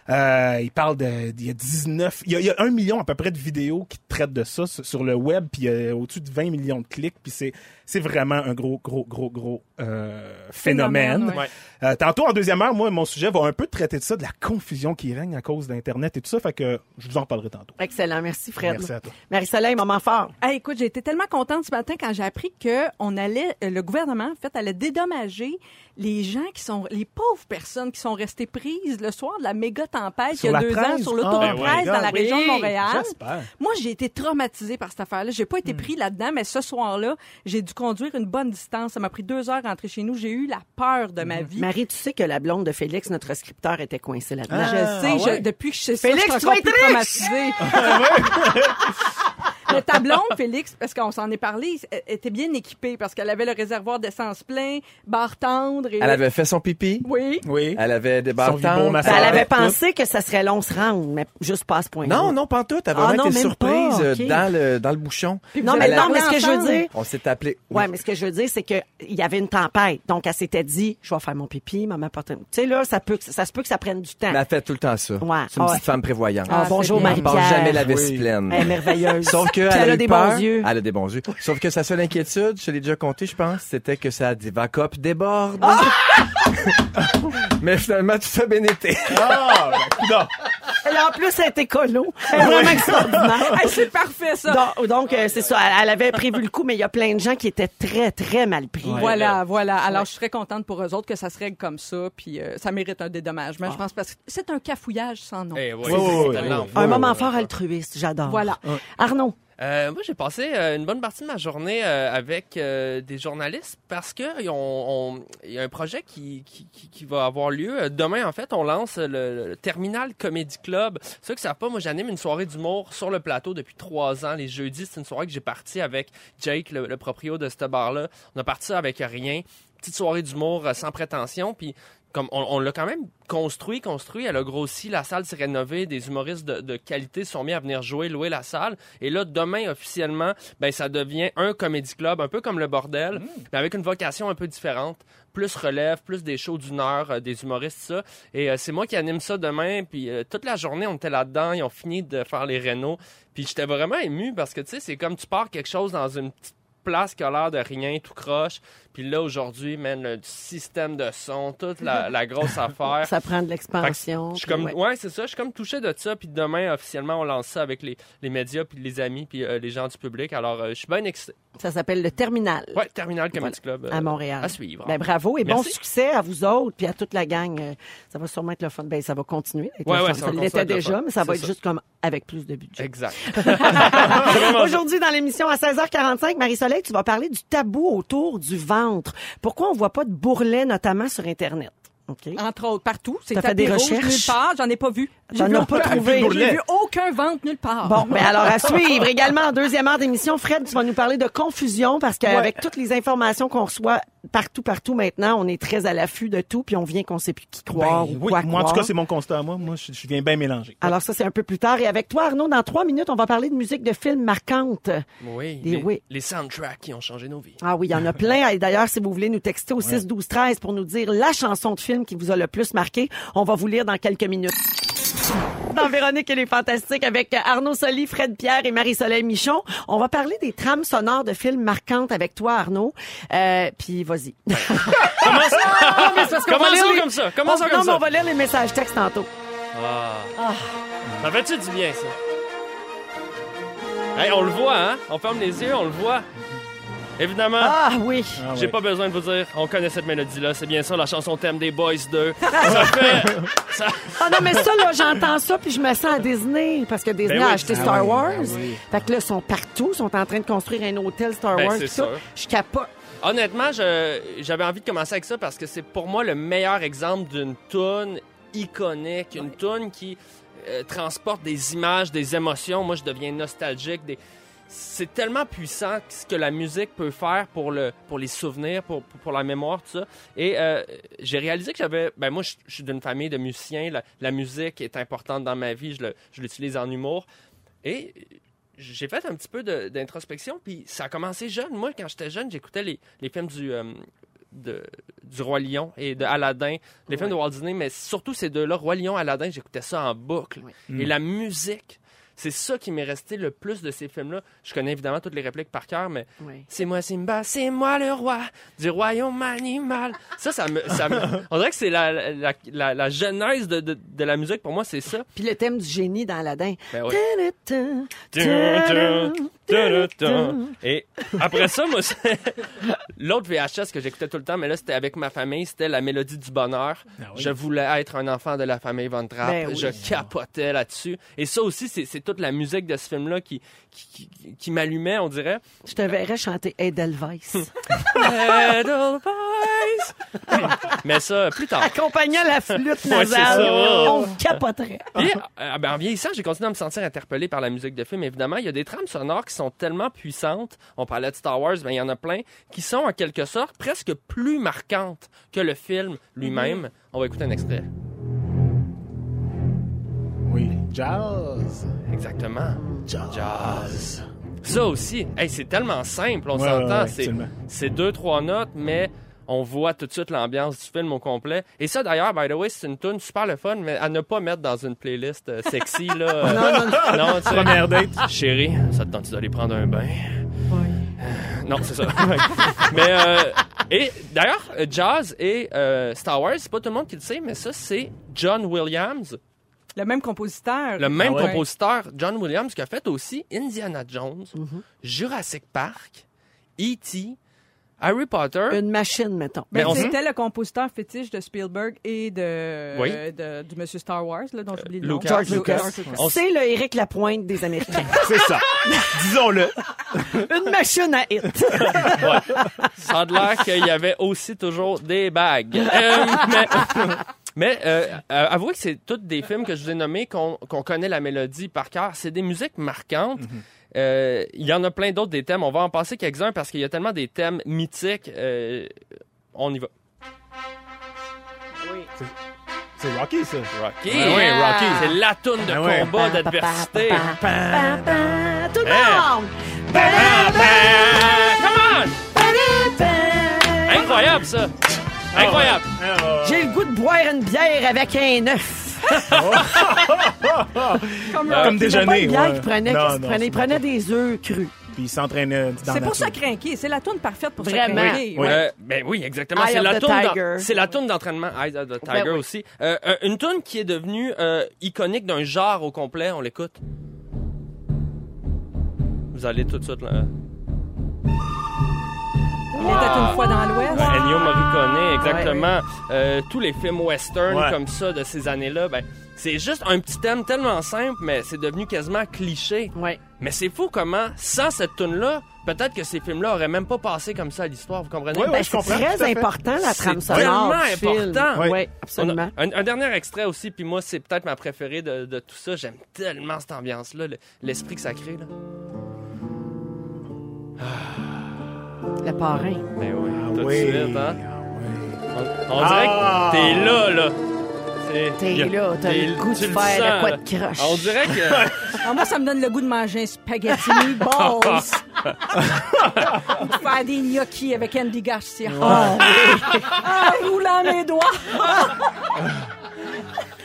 Speaker 3: Euh, il parle de, il y a 19, il y a, il y a un million à peu près de vidéos qui traitent de ça sur, sur le web, puis il y a au-dessus de 20 millions de clics, puis c'est, c'est vraiment un gros, gros, gros, gros euh, phénomène.
Speaker 2: Phénomène,
Speaker 4: ouais.
Speaker 3: Euh, tantôt en deuxième heure, moi, mon sujet va un peu traiter de ça, de la confusion qui règne à cause d'Internet et tout ça, fait que je vous en reparlerai tantôt.
Speaker 1: Excellent. Merci, Fred.
Speaker 3: Merci à toi.
Speaker 1: Marie-Soleil, moment fort.
Speaker 2: Ah, écoute, j'ai été tellement contente ce matin quand j'ai appris que on allait, euh, le gouvernement, en fait, allait dédommager les gens qui sont, les pauvres personnes qui sont restées prises le soir de la méga tempête
Speaker 3: Sur
Speaker 2: il y
Speaker 3: la
Speaker 2: a deux ans
Speaker 3: 13?
Speaker 2: sur
Speaker 3: Ah,
Speaker 2: l'autoroute
Speaker 3: ben
Speaker 2: 13
Speaker 3: oui.
Speaker 2: dans la
Speaker 1: Oui,
Speaker 2: région de Montréal.
Speaker 3: j'espère.
Speaker 2: Moi, j'ai été traumatisée par cette affaire-là. J'ai pas été
Speaker 3: Hmm.
Speaker 2: pris là-dedans, mais ce soir-là, j'ai dû conduire une bonne distance. Ça m'a pris deux heures à rentrer chez nous. J'ai eu la peur de
Speaker 3: Hmm.
Speaker 2: ma vie.
Speaker 1: Marie, tu sais que la blonde de Félix, notre scripteur, était coincée
Speaker 2: Ah,
Speaker 1: là-dedans.
Speaker 2: Je sais, je- depuis que je sais ça,
Speaker 1: Ah, Félix,
Speaker 2: je
Speaker 1: tu
Speaker 2: suis
Speaker 1: vas
Speaker 2: encore
Speaker 4: Ah,
Speaker 1: être
Speaker 2: plus
Speaker 1: riche!
Speaker 2: traumatisée. Mais ta blonde, Félix, parce qu'on s'en est parlé, elle était bien équipée parce qu'elle avait le réservoir d'essence plein, barre tendre. Et...
Speaker 5: Elle avait fait son pipi.
Speaker 2: Oui.
Speaker 3: Oui.
Speaker 5: Elle avait des barres
Speaker 3: vibro
Speaker 5: tendres.
Speaker 3: massage. Ça
Speaker 1: Ben, elle
Speaker 3: va
Speaker 1: avait
Speaker 3: être tout.
Speaker 1: pensé que ça serait long se rendre, mais juste pas à ce point-là.
Speaker 5: Non, non, pas en tout. Elle avait
Speaker 1: Ah,
Speaker 5: vraiment
Speaker 1: non,
Speaker 5: été
Speaker 1: même
Speaker 5: surprise
Speaker 1: pas,
Speaker 5: euh,
Speaker 1: ok.
Speaker 5: dans, le, dans le bouchon.
Speaker 1: Non,
Speaker 5: Elle
Speaker 1: mais,
Speaker 5: a-
Speaker 1: non, mais ce que je veux
Speaker 2: ensemble.
Speaker 1: dire,
Speaker 5: On s'est appelé. Oui.
Speaker 1: Ouais, mais ce que je veux dire, c'est que il y avait une tempête. Donc, elle s'était dit, je vais faire mon pipi, maman porte Tu sais, là, ça peut, que- ça se peut que ça prenne du temps.
Speaker 5: Mais elle fait tout le temps ça.
Speaker 1: Ouais.
Speaker 5: C'est une
Speaker 1: Ah, ouais.
Speaker 5: petite femme prévoyante.
Speaker 1: Ah, bonjour,
Speaker 2: c'est bien.
Speaker 5: Elle
Speaker 1: Marie-Pierre.
Speaker 5: part jamais la vessie
Speaker 3: Oui.
Speaker 5: pleine.
Speaker 1: Elle est merveilleuse.
Speaker 5: Sauf que
Speaker 1: Puis
Speaker 5: elle,
Speaker 1: elle a
Speaker 5: eu
Speaker 1: des
Speaker 5: peur.
Speaker 1: bons yeux.
Speaker 5: Elle a des bons yeux. Sauf que sa seule inquiétude, je l'ai déjà compté, je pense, c'était que sa divacop déborde.
Speaker 1: Ah!
Speaker 5: Mais finalement, tout ça bien été.
Speaker 3: Ah, ben, coudonc.
Speaker 1: Elle, en plus, elle est écolo. Elle est vraiment extraordinaire.
Speaker 2: Hey, c'est parfait, ça.
Speaker 1: Donc, donc, euh, c'est ça. Elle- Elle avait prévu le coup, mais il y a plein de gens qui étaient très, très mal pris.
Speaker 2: Voilà, voilà. Alors, je serais contente pour eux autres que ça se règle comme ça, puis euh, ça mérite un dédommagement,
Speaker 1: Ah.
Speaker 2: je pense, parce que c'est un cafouillage sans nom.
Speaker 4: Eh oui,
Speaker 3: Oui, oui,
Speaker 4: c'est
Speaker 3: oui,
Speaker 4: talent.
Speaker 3: oui.
Speaker 1: Un moment fort altruiste, j'adore.
Speaker 2: Voilà.
Speaker 1: Arnaud,
Speaker 4: Euh, moi, j'ai passé euh, une bonne partie de ma journée euh, avec euh, des journalistes parce que ils ont- ont- il y a un projet qui, qui, qui- qui va avoir lieu. Euh, Demain, en fait, on lance le, le Terminal Comedy Club. Ceux qui savent pas, moi, j'anime une soirée d'humour sur le plateau depuis trois ans. Les jeudis, c'est une soirée que j'ai partie avec Jake, le, le proprio de ce bar-là. On a parti ça avec rien. Petite soirée d'humour euh, sans prétention. Puis comme on, on l'a quand même construit, construit, elle a grossi, la salle s'est rénovée, des humoristes de, de qualité se sont mis à venir jouer, louer la salle. Et là, demain, officiellement, ben, ça devient un comédie club, un peu comme le bordel, mais avec une vocation un peu différente. Plus relève, plus des shows d'une heure, euh, des humoristes, ça. Et euh, c'est moi qui anime ça demain. Puis euh, toute la journée, on était là-dedans. Ils ont fini de faire les rénaux. Puis j'étais vraiment ému parce que, tu sais, c'est comme tu pars quelque chose dans une petite place qui a l'air de rien, tout croche. Puis là, aujourd'hui, man, le système de son, toute la, la grosse affaire.
Speaker 1: ça prend de l'expansion.
Speaker 4: Je suis comme,
Speaker 1: puis
Speaker 4: ouais,
Speaker 1: ouais.
Speaker 4: c'est ça. Je suis comme touché de ça. Puis demain, officiellement, on lance ça avec les, les médias, puis les amis, puis euh, les gens du public. Alors, euh, je suis bien excité.
Speaker 1: Ça s'appelle le terminal
Speaker 4: Ouais, Terminal Comedy Club. euh,
Speaker 1: à Montréal.
Speaker 4: À suivre.
Speaker 1: Ben, bravo et bon
Speaker 4: Merci.
Speaker 1: succès à vous autres puis à toute la gang. Euh, Ça va sûrement être le fun. Ben, ça va continuer. d'être
Speaker 4: Ouais,
Speaker 1: le
Speaker 4: ouais,
Speaker 1: fun.
Speaker 4: ça
Speaker 1: ça
Speaker 4: va continuer
Speaker 1: l'était
Speaker 4: d'être le
Speaker 1: déjà,
Speaker 4: fun.
Speaker 1: mais ça va
Speaker 4: C'est
Speaker 1: être
Speaker 4: ça.
Speaker 1: juste comme avec plus de budget.
Speaker 4: Exact.
Speaker 1: Aujourd'hui, dans l'émission à 16h45, Marie-Soleil, tu vas parler du tabou autour du ventre. Pourquoi on voit pas de bourrelet, notamment sur Internet? OK.
Speaker 2: Entre autres, partout. C'est
Speaker 1: Ah. T'as fait des
Speaker 2: tapis rouge
Speaker 1: recherches?
Speaker 2: nulle part. J'en ai pas vu. J'ai
Speaker 1: J'en
Speaker 2: vu
Speaker 1: ai
Speaker 2: aucun-
Speaker 1: pas trouvé.
Speaker 2: J'ai vu aucun ventre nulle part.
Speaker 1: Ah. Bon, mais alors à suivre. Également, en deuxième heure d'émission, Fred, tu vas nous parler de confusion parce qu'avec toutes les informations qu'on reçoit partout, partout maintenant, on est très à l'affût de tout puis on vient qu'on sait plus qui croire
Speaker 3: Ben,
Speaker 1: ou
Speaker 3: oui,
Speaker 1: quoi Ah.
Speaker 3: moi, en tout
Speaker 1: croire.
Speaker 3: cas, c'est mon constat à moi. Moi, je, je viens bien mélanger.
Speaker 1: Alors ça, c'est un peu plus tard. Et avec toi, Arnaud, dans trois minutes, on va parler de musique de films marquantes.
Speaker 4: Oui,
Speaker 1: Des
Speaker 4: les,
Speaker 1: oui.
Speaker 4: les soundtracks qui ont changé nos vies.
Speaker 1: Ah oui, il y en a plein. Et d'ailleurs, si vous voulez nous texter au 6 12 13 pour nous dire la chanson de film qui vous a le plus marqué, on va vous lire dans quelques minutes. Dans Véronique et les Fantastiques avec Arnaud Soli, Fred Pierre et Marie-Soleil Michon, on va parler des trames sonores de films marquantes avec toi, Arnaud. Euh, puis vas-y.
Speaker 4: Commence
Speaker 1: Ah, mais c'est parce qu'on va
Speaker 4: Commençons
Speaker 1: lire les-
Speaker 4: comme ça, commençons
Speaker 1: on-
Speaker 4: comme
Speaker 1: non,
Speaker 4: ça.
Speaker 1: mais on va lire les messages textes tantôt.
Speaker 4: Ah. Ça fait-tu du bien, ça? Hey, on le voit, hein? On ferme les yeux, on le voit. Évidemment,
Speaker 1: Ah oui.
Speaker 3: Ah,
Speaker 4: j'ai
Speaker 3: ouais.
Speaker 4: pas besoin de vous dire, on connaît cette mélodie-là, c'est bien ça, la chanson thème des Boys 2. ça fait... ça-
Speaker 1: Ah non, mais ça, là, j'entends ça, puis je me sens à Disney, parce que Disney
Speaker 4: Ben oui.
Speaker 1: a acheté
Speaker 3: Ah
Speaker 1: Star
Speaker 3: oui,
Speaker 1: Wars.
Speaker 3: ben oui.
Speaker 1: Fait que là, ils sont partout, ils sont en train de construire un hôtel Star
Speaker 4: Ben,
Speaker 1: Wars.
Speaker 4: c'est
Speaker 1: pis ça.
Speaker 4: sûr.
Speaker 1: Je capote.
Speaker 4: Honnêtement, je- j'avais envie de commencer avec ça parce que c'est pour moi le meilleur exemple d'une toune iconique, une toune qui euh, transporte des images, des émotions. Moi, je deviens nostalgique. Des... C'est tellement puissant ce que la musique peut faire pour, le, pour les souvenirs, pour, pour, pour la mémoire, tout ça. Et euh, j'ai réalisé que j'avais... Ben moi, je, je suis d'une famille de musiciens. La, la musique est importante dans ma vie. Je le- je l'utilise en humour. Et j'ai fait un petit peu de- d'introspection, puis ça a commencé jeune. Moi, quand j'étais jeune, j'écoutais les, les films du, euh, de- du Roi Lion et de Aladdin, les films de Walt Disney, mais surtout ces deux-là, Roi Lion, Aladdin, j'écoutais ça en boucle. Et la musique, c'est ça qui m'est resté le plus de ces films-là. Je connais évidemment toutes les répliques par cœur, mais c'est moi Simba, c'est moi le roi du royaume animal. Ça, ça me. Ça me on dirait que c'est la, la, la, la genèse de, de, de la musique pour moi, c'est ça.
Speaker 1: Puis le thème du génie dans Aladdin.
Speaker 4: Ben ouais.
Speaker 1: Ta-da-ta, ta-da.
Speaker 4: Et après ça, moi, c'est- l'autre VHS que j'écoutais tout le temps, mais là, c'était avec ma famille, c'était La Mélodie du Bonheur. Je voulais être un enfant de la famille Von Trapp.
Speaker 1: Ben oui.
Speaker 4: Je capotais là-dessus. Et ça aussi, c'est c'est toute la musique de ce film-là qui, qui, qui- qui- qui m'allumait, on dirait.
Speaker 1: Je te verrais chanter Edelweiss.
Speaker 4: Mais ça, plus tard.
Speaker 1: Accompagnant la flûte
Speaker 4: Ouais, c'est
Speaker 1: nasale.
Speaker 4: ça.
Speaker 1: on capoterait.
Speaker 4: Puis, euh, ben, en vieillissant, j'ai continué à me sentir interpellé par la musique de film. Évidemment, il y a des trames sonores qui sont tellement puissantes. On parlait de Star Wars, ben, il y en a plein qui sont en quelque sorte presque plus marquantes que le film lui-même. On va écouter un extrait.
Speaker 3: Oui. Jazz.
Speaker 4: Exactement.
Speaker 3: Jazz.
Speaker 4: Jazz. Ça aussi, hey, c'est tellement simple, on
Speaker 3: Ouais,
Speaker 4: s'entend.
Speaker 3: ouais, ouais,
Speaker 4: c'est,
Speaker 3: absolument.
Speaker 4: c'est deux, trois notes, mais on voit tout de suite l'ambiance du film au complet. Et ça, d'ailleurs, by the way, c'est une tune super le fun, mais à ne pas mettre dans une playlist euh, sexy. Là, non, non, non. tu sais.
Speaker 3: Première date.
Speaker 4: Chérie, ça te tente d'aller prendre un bain? Euh, Non, c'est ça. mais euh, et d'ailleurs, euh, Jazz et euh, Star Wars, c'est pas tout le monde qui le sait, mais ça c'est John Williams,
Speaker 2: Le même compositeur.
Speaker 4: le même
Speaker 2: Ah ouais.
Speaker 4: compositeur John Williams qui a fait aussi Indiana Jones,
Speaker 2: Mhm.
Speaker 4: Jurassic Park, E.T., Harry Potter.
Speaker 1: Une machine, mettons.
Speaker 4: Mais
Speaker 2: Ben,
Speaker 4: on-
Speaker 2: c'était le compositeur fétiche de Spielberg et de,
Speaker 4: Oui.
Speaker 2: euh, de- du Monsieur Star Wars, là,
Speaker 1: Euh,
Speaker 2: dont j'oublie le nom.
Speaker 4: Lucas.
Speaker 2: George
Speaker 4: Lucas. On s-
Speaker 1: C'est le Éric Lapointe des Américains.
Speaker 3: C'est ça. Disons-le.
Speaker 1: Une machine à hit.
Speaker 4: Ça a de l'air qu'il y avait aussi toujours des bagues. Euh, mais mais, euh, euh, avouez que c'est tous des films que je vous ai nommés qu'on qu'on connaît la mélodie par cœur. C'est des musiques marquantes.
Speaker 2: Mhm.
Speaker 4: Euh, Il y en a plein d'autres des thèmes. On va en passer quelques-uns parce qu'il y a tellement des thèmes mythiques. Euh, on y va.
Speaker 3: C'est Rocky, ça.
Speaker 4: Rocky.
Speaker 3: Ben oui, Rocky.
Speaker 4: C'est la toune de
Speaker 2: Ah
Speaker 3: Ben oui.
Speaker 4: combat d'adversité.
Speaker 1: Pa, pa, Tout
Speaker 4: Hein?
Speaker 1: le monde!
Speaker 4: Come on! Incroyable ça. Incroyable.
Speaker 1: Ah J'ai le goût de boire une bière avec un œuf.
Speaker 3: Comme
Speaker 2: Comme
Speaker 4: Euh,
Speaker 1: C'est pas
Speaker 3: déjeuner.
Speaker 1: une bière
Speaker 3: ouais.
Speaker 1: qu'il prenait.
Speaker 3: Non,
Speaker 1: qu'est-ce
Speaker 3: non,
Speaker 1: qu'il prenait?
Speaker 3: c'est
Speaker 1: Il prenait des œufs crus.
Speaker 3: pas- Puis il s'entraînait dans
Speaker 2: C'est
Speaker 3: la
Speaker 2: pour ça
Speaker 3: nature.
Speaker 2: crinquer. C'est la toune parfaite pour
Speaker 1: Vraiment.
Speaker 2: se crinquer.
Speaker 3: Oui.
Speaker 2: Ouais.
Speaker 4: Euh, ben oui, exactement.
Speaker 1: Eye
Speaker 4: C'est
Speaker 1: of
Speaker 4: la,
Speaker 1: the
Speaker 4: tourne d'en-
Speaker 1: Tiger. Ben
Speaker 4: c'est la tourne d'entraînement Eyes of the Tiger
Speaker 1: oui.
Speaker 4: aussi. Euh, euh, une tourne qui est devenue euh, iconique d'un genre au complet. On l'écoute. Vous allez tout de suite là.
Speaker 2: Il était une fois dans l'Ouest.
Speaker 4: Euh, Ennio Morricone, exactement. Euh, tous les films western
Speaker 3: Ouais.
Speaker 4: comme ça de ces années-là, ben, c'est juste un petit thème tellement simple, mais c'est devenu quasiment cliché.
Speaker 1: Ouais.
Speaker 4: Mais c'est fou comment, sans cette tune-là, peut-être que ces films-là auraient même pas passé comme ça à l'histoire. Vous comprenez?
Speaker 3: Ouais, ouais,
Speaker 1: Ben,
Speaker 3: je
Speaker 1: c'est
Speaker 3: comprends, tout à
Speaker 1: très
Speaker 3: fait.
Speaker 1: important, la
Speaker 4: C'est
Speaker 1: trame sonore.
Speaker 4: tellement important.
Speaker 3: Oui.
Speaker 1: Oui, ouais,
Speaker 4: On a-
Speaker 1: absolument.
Speaker 4: un, un dernier extrait aussi, puis moi, c'est peut-être ma préférée de, de tout ça. J'aime tellement cette ambiance-là, le- l'esprit que ça crée. Là.
Speaker 1: Le parrain.
Speaker 4: Ben oui, tout
Speaker 3: Oui.
Speaker 4: de suite, hein?
Speaker 3: Ah oui.
Speaker 4: On, on
Speaker 3: Ah!
Speaker 4: dirait que t'es là, là. C'est-
Speaker 1: T'es là, t'as
Speaker 4: t'es-
Speaker 1: le goût de
Speaker 4: tu le
Speaker 1: faire
Speaker 4: sens,
Speaker 1: à quoi
Speaker 4: là.
Speaker 1: de croche.
Speaker 4: On dirait que... euh,
Speaker 2: Ah, moi, ça me donne le goût de manger un spaghettini balls. Ou de faire des gnocchis avec Andy Garcia. Ah, oui. Ah, roulant mes doigts.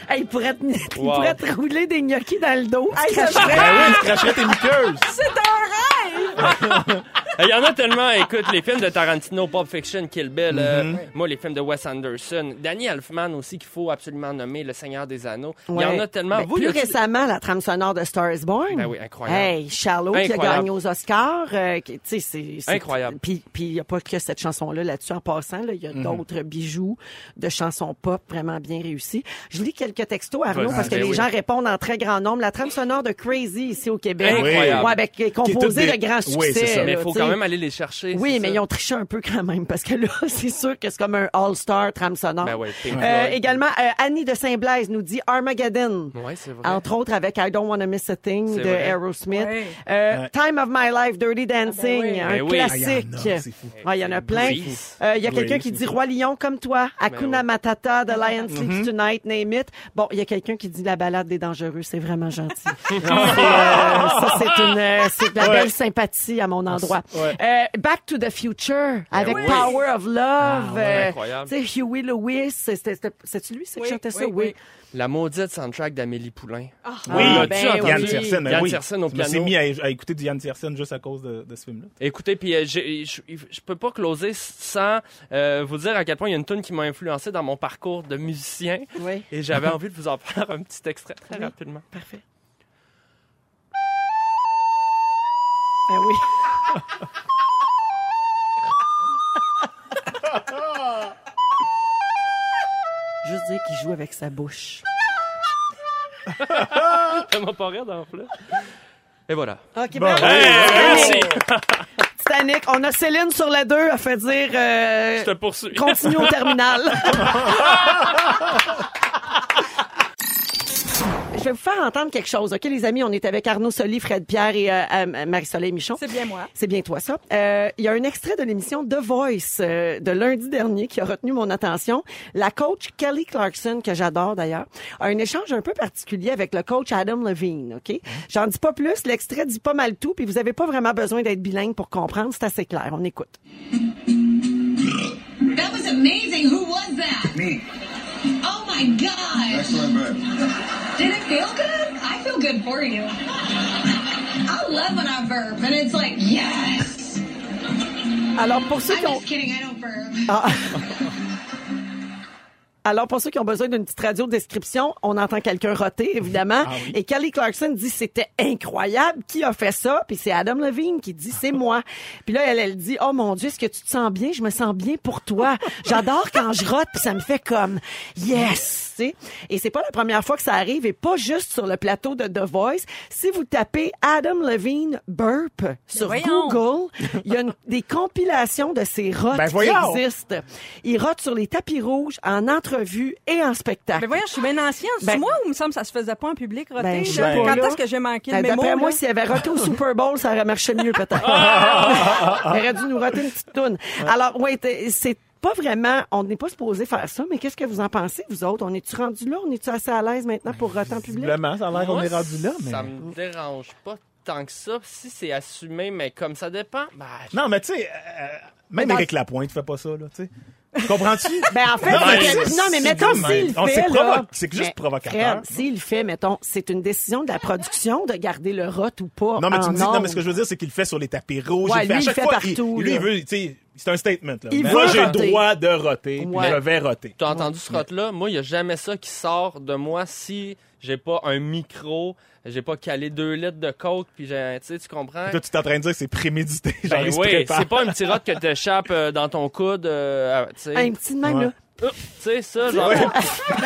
Speaker 1: Hey, il, pourrait te, il
Speaker 4: Wow.
Speaker 1: pourrait te rouler des gnocchis dans le dos. Hey, ça
Speaker 3: Ben oui, tu cracherais tes muqueuses.
Speaker 2: C'est un rêve.
Speaker 4: Il y en a tellement, écoute, les films de Tarantino, Pulp Fiction, Kill Bill, euh, moi, les films de Wes Anderson, Danny Elfman aussi, qu'il faut absolument nommer, Le Seigneur des Anneaux. Il y en
Speaker 1: Ouais.
Speaker 4: a tellement.
Speaker 1: Ben,
Speaker 4: Vous, y
Speaker 1: plus
Speaker 4: a-tu-
Speaker 1: récemment, la trame sonore de Star is Born.
Speaker 4: Ben oui, incroyable.
Speaker 1: Hey, Shallow qui a
Speaker 4: Incroyable.
Speaker 1: gagné aux Oscars. euh, qui- tu sais, c'est- c'est-
Speaker 4: Incroyable.
Speaker 1: Puis puis il n'y a pas que cette chanson-là là-dessus. En passant, là, il y
Speaker 3: Mhm.
Speaker 1: a d'autres bijoux de chansons pop vraiment bien réussies. Je lis quelques textos, Arnaud,
Speaker 4: Vas-y.
Speaker 1: parce que
Speaker 4: Ben
Speaker 1: les
Speaker 4: oui.
Speaker 1: gens répondent en très grand nombre. La trame sonore de Crazy ici au Québec.
Speaker 4: Incroyable.
Speaker 1: Ouais, avec, composée
Speaker 3: toutes des-
Speaker 1: de grands
Speaker 3: Oui, c'est
Speaker 1: succès.
Speaker 3: ça.
Speaker 4: Mais
Speaker 1: là,
Speaker 4: il faut
Speaker 1: tu
Speaker 4: quand
Speaker 1: sais.
Speaker 4: même aller les chercher.
Speaker 1: Oui,
Speaker 4: c'est
Speaker 1: mais
Speaker 4: ça.
Speaker 1: ils ont triché un peu quand même, parce que là, c'est sûr que c'est comme un all-star trame sonore.
Speaker 4: Ben ouais, Pink
Speaker 1: Euh,
Speaker 4: Floyd.
Speaker 1: également, euh, Annie de Saint-Blaise nous dit Armageddon.
Speaker 4: Ouais, c'est vrai.
Speaker 1: Entre autres avec I Don't Wanna Miss a Thing
Speaker 4: C'est
Speaker 1: de
Speaker 4: vrai.
Speaker 1: Aerosmith.
Speaker 2: Ouais. Ah,
Speaker 1: Euh,
Speaker 3: Ouais.
Speaker 1: Time of My Life, Dirty Dancing,
Speaker 2: oui.
Speaker 1: un
Speaker 4: Ben oui.
Speaker 1: classique.
Speaker 3: Ah, il y en a, c'est fou.
Speaker 1: Ouais, il y en a plein. Euh, Il
Speaker 4: Grease.
Speaker 1: y a quelqu'un
Speaker 3: Grease,
Speaker 1: qui dit
Speaker 3: oui.
Speaker 1: Roi Lion comme toi, Akuna
Speaker 4: oui.
Speaker 1: Matata, The Lion Sleeps Tonight, Name It. Bon, il y a quelqu'un qui dit La balade des dangereux, c'est vraiment gentil. C'est, euh, ça, c'est une, euh, c'est de la belle sympathie à mon endroit.
Speaker 3: ouais.
Speaker 1: Euh, Back to the Future avec
Speaker 4: oui.
Speaker 1: Power of Love.
Speaker 4: ouais,
Speaker 1: euh,
Speaker 4: incroyable.
Speaker 1: tu sais, Huey Lewis, c'était, c'était- c'est-tu lui c'est
Speaker 2: Oui,
Speaker 1: qui chantait ça?
Speaker 2: oui, oui.
Speaker 4: La maudite soundtrack d'Amélie Poulain.
Speaker 3: Oui,
Speaker 4: Ah,
Speaker 1: ben
Speaker 4: l'as-tu
Speaker 1: oui.
Speaker 3: Yann
Speaker 4: entendu?
Speaker 3: Tiersen, ben
Speaker 4: Yann
Speaker 3: oui.
Speaker 4: Tiersen au
Speaker 3: Je me suis
Speaker 4: piano.
Speaker 3: mis à, à écouter du Yann Tiersen juste à cause de, de ce film-là.
Speaker 4: Écoutez, puis euh, j'ai- je je peux pas closer sans euh, vous dire à quel point il y a une tune qui m'a influencé dans mon parcours de musicien.
Speaker 1: Oui.
Speaker 4: Et j'avais envie de vous en faire un petit extrait très rapidement.
Speaker 1: Parfait. Ben oui. Juste dire qu'il joue avec sa bouche.
Speaker 4: m'a pas raide en plus. Et voilà.
Speaker 1: OK,
Speaker 3: Bon.
Speaker 1: bravo.
Speaker 3: Hey,
Speaker 1: Titanic.
Speaker 4: merci.
Speaker 1: Titanic. On a Céline sur le 2. Elle fait dire... euh,
Speaker 4: Je te poursuis.
Speaker 1: Continue au terminal. Je vais vous faire entendre quelque chose, OK, les amis? On est avec Arnaud Soli, Fred Pierre et euh, euh, Marie-Soleil Michon.
Speaker 2: C'est bien moi.
Speaker 1: C'est bien toi, ça. Euh, Il y a un extrait de l'émission The Voice euh, de lundi dernier qui a retenu mon attention. La coach Kelly Clarkson, que j'adore d'ailleurs, a un échange un peu particulier avec le coach Adam Levine, OK? J'en dis pas plus, l'extrait dit pas mal tout, puis vous avez pas vraiment besoin d'être bilingue pour comprendre, c'est assez clair. On écoute.
Speaker 6: That was amazing. Who was that? Me. Oh my god.
Speaker 7: Excellent bird.
Speaker 6: Did it feel good? I feel good for you. I love when I burp, and it's like, yes.
Speaker 1: Alors, pour ceux
Speaker 6: I'm
Speaker 1: qui ont...
Speaker 6: just kidding. I don't burp.
Speaker 1: Alors, pour ceux qui ont besoin d'une petite radio description, on entend quelqu'un roter, évidemment.
Speaker 3: Ah
Speaker 1: Et Kelly Clarkson dit c'était incroyable. Qui a fait ça? Puis c'est Adam Levine qui dit c'est moi. Puis là, elle, elle dit, oh mon Dieu, est-ce que tu te sens bien? Je me sens bien pour toi. J'adore quand je rote, puis ça me fait comme, yes! tu sais. Et c'est pas la première fois que ça arrive et pas juste sur le plateau de The Voice. Si vous tapez Adam Levine burp sur
Speaker 2: voyons.
Speaker 1: Google, il y a une- des compilations de ses rotes
Speaker 3: Ben
Speaker 1: qui
Speaker 3: voyons.
Speaker 1: existent artistes. Il rote sur les tapis rouges en entrevue et en spectacle.
Speaker 2: Mais voyons, je suis bien ancienne. C'est
Speaker 1: Ben-
Speaker 2: moi ou me semble que ça se faisait pas en public, roter?
Speaker 1: Ben, je sais
Speaker 2: là?
Speaker 1: pas,
Speaker 2: Quand
Speaker 1: là.
Speaker 2: est-ce que j'ai manqué
Speaker 1: Ben,
Speaker 2: de mes
Speaker 1: D'après
Speaker 2: mots?
Speaker 1: moi,
Speaker 2: là?
Speaker 1: s'il avait roté au Super Bowl, ça aurait marché mieux peut-être. Il aurait dû nous roter une petite toune. Alors, oui, c'est pas vraiment, on n'est pas supposé faire ça, mais qu'est-ce que vous en pensez, vous autres? On est-tu rendu là? On est-tu assez à l'aise maintenant pour roter en public?
Speaker 3: Visiblement, ça a l'air qu'on
Speaker 4: Moi,
Speaker 3: est rendu là, mais.
Speaker 4: Ça me dérange pas tant que ça. Si c'est assumé, mais comme ça dépend, ben, je-
Speaker 3: Non, mais tu sais, euh, même
Speaker 1: dans-
Speaker 3: Éric Lapointe fait pas ça, là, tu sais. Tu Comprends-tu?
Speaker 1: Ben, en fait,
Speaker 3: Non, mais
Speaker 1: c'est que-
Speaker 3: c'est-
Speaker 1: non, mais
Speaker 3: c'est
Speaker 1: mettons,
Speaker 3: comme-
Speaker 1: s'il
Speaker 3: on-
Speaker 1: fait,
Speaker 3: c'est
Speaker 1: là-
Speaker 3: provo- c'est juste
Speaker 1: Mais
Speaker 3: provocateur.
Speaker 1: Fred, s'il fait, mettons, c'est une décision de la production de garder le rot ou pas.
Speaker 3: Non, mais tu
Speaker 1: en
Speaker 3: me dis, non, mais
Speaker 1: ondes.
Speaker 3: ce que je veux dire, c'est qu'il le fait sur les tapis rouges.
Speaker 1: Ouais,
Speaker 3: il le fait
Speaker 1: lui,
Speaker 3: à
Speaker 1: il
Speaker 3: chaque
Speaker 1: fait
Speaker 3: fois.
Speaker 1: partout,
Speaker 3: il- lui,
Speaker 1: là.
Speaker 3: il veut, tu sais, c'est un statement, là.
Speaker 1: Il
Speaker 3: Mais
Speaker 1: veut
Speaker 3: Moi, j'ai le
Speaker 1: roter.
Speaker 3: droit de roter, puis
Speaker 1: Ouais.
Speaker 3: je vais roter.
Speaker 4: T'as entendu ce rot-là? Moi, il n'y a jamais ça qui sort de moi si j'ai pas un micro, j'ai pas calé deux litres de coke, puis j'ai, tu sais, tu comprends?
Speaker 3: Toi, tu t'es en train de dire que c'est prémédité. Genre,
Speaker 4: Ben
Speaker 3: il se
Speaker 4: oui,
Speaker 3: prépare.
Speaker 4: c'est pas un petit rot que t'échappes euh, dans ton coude, euh, ah, tu sais.
Speaker 1: Un petit de même,
Speaker 3: Ouais.
Speaker 1: là.
Speaker 4: Oh, tu sais, ça, genre. ouais,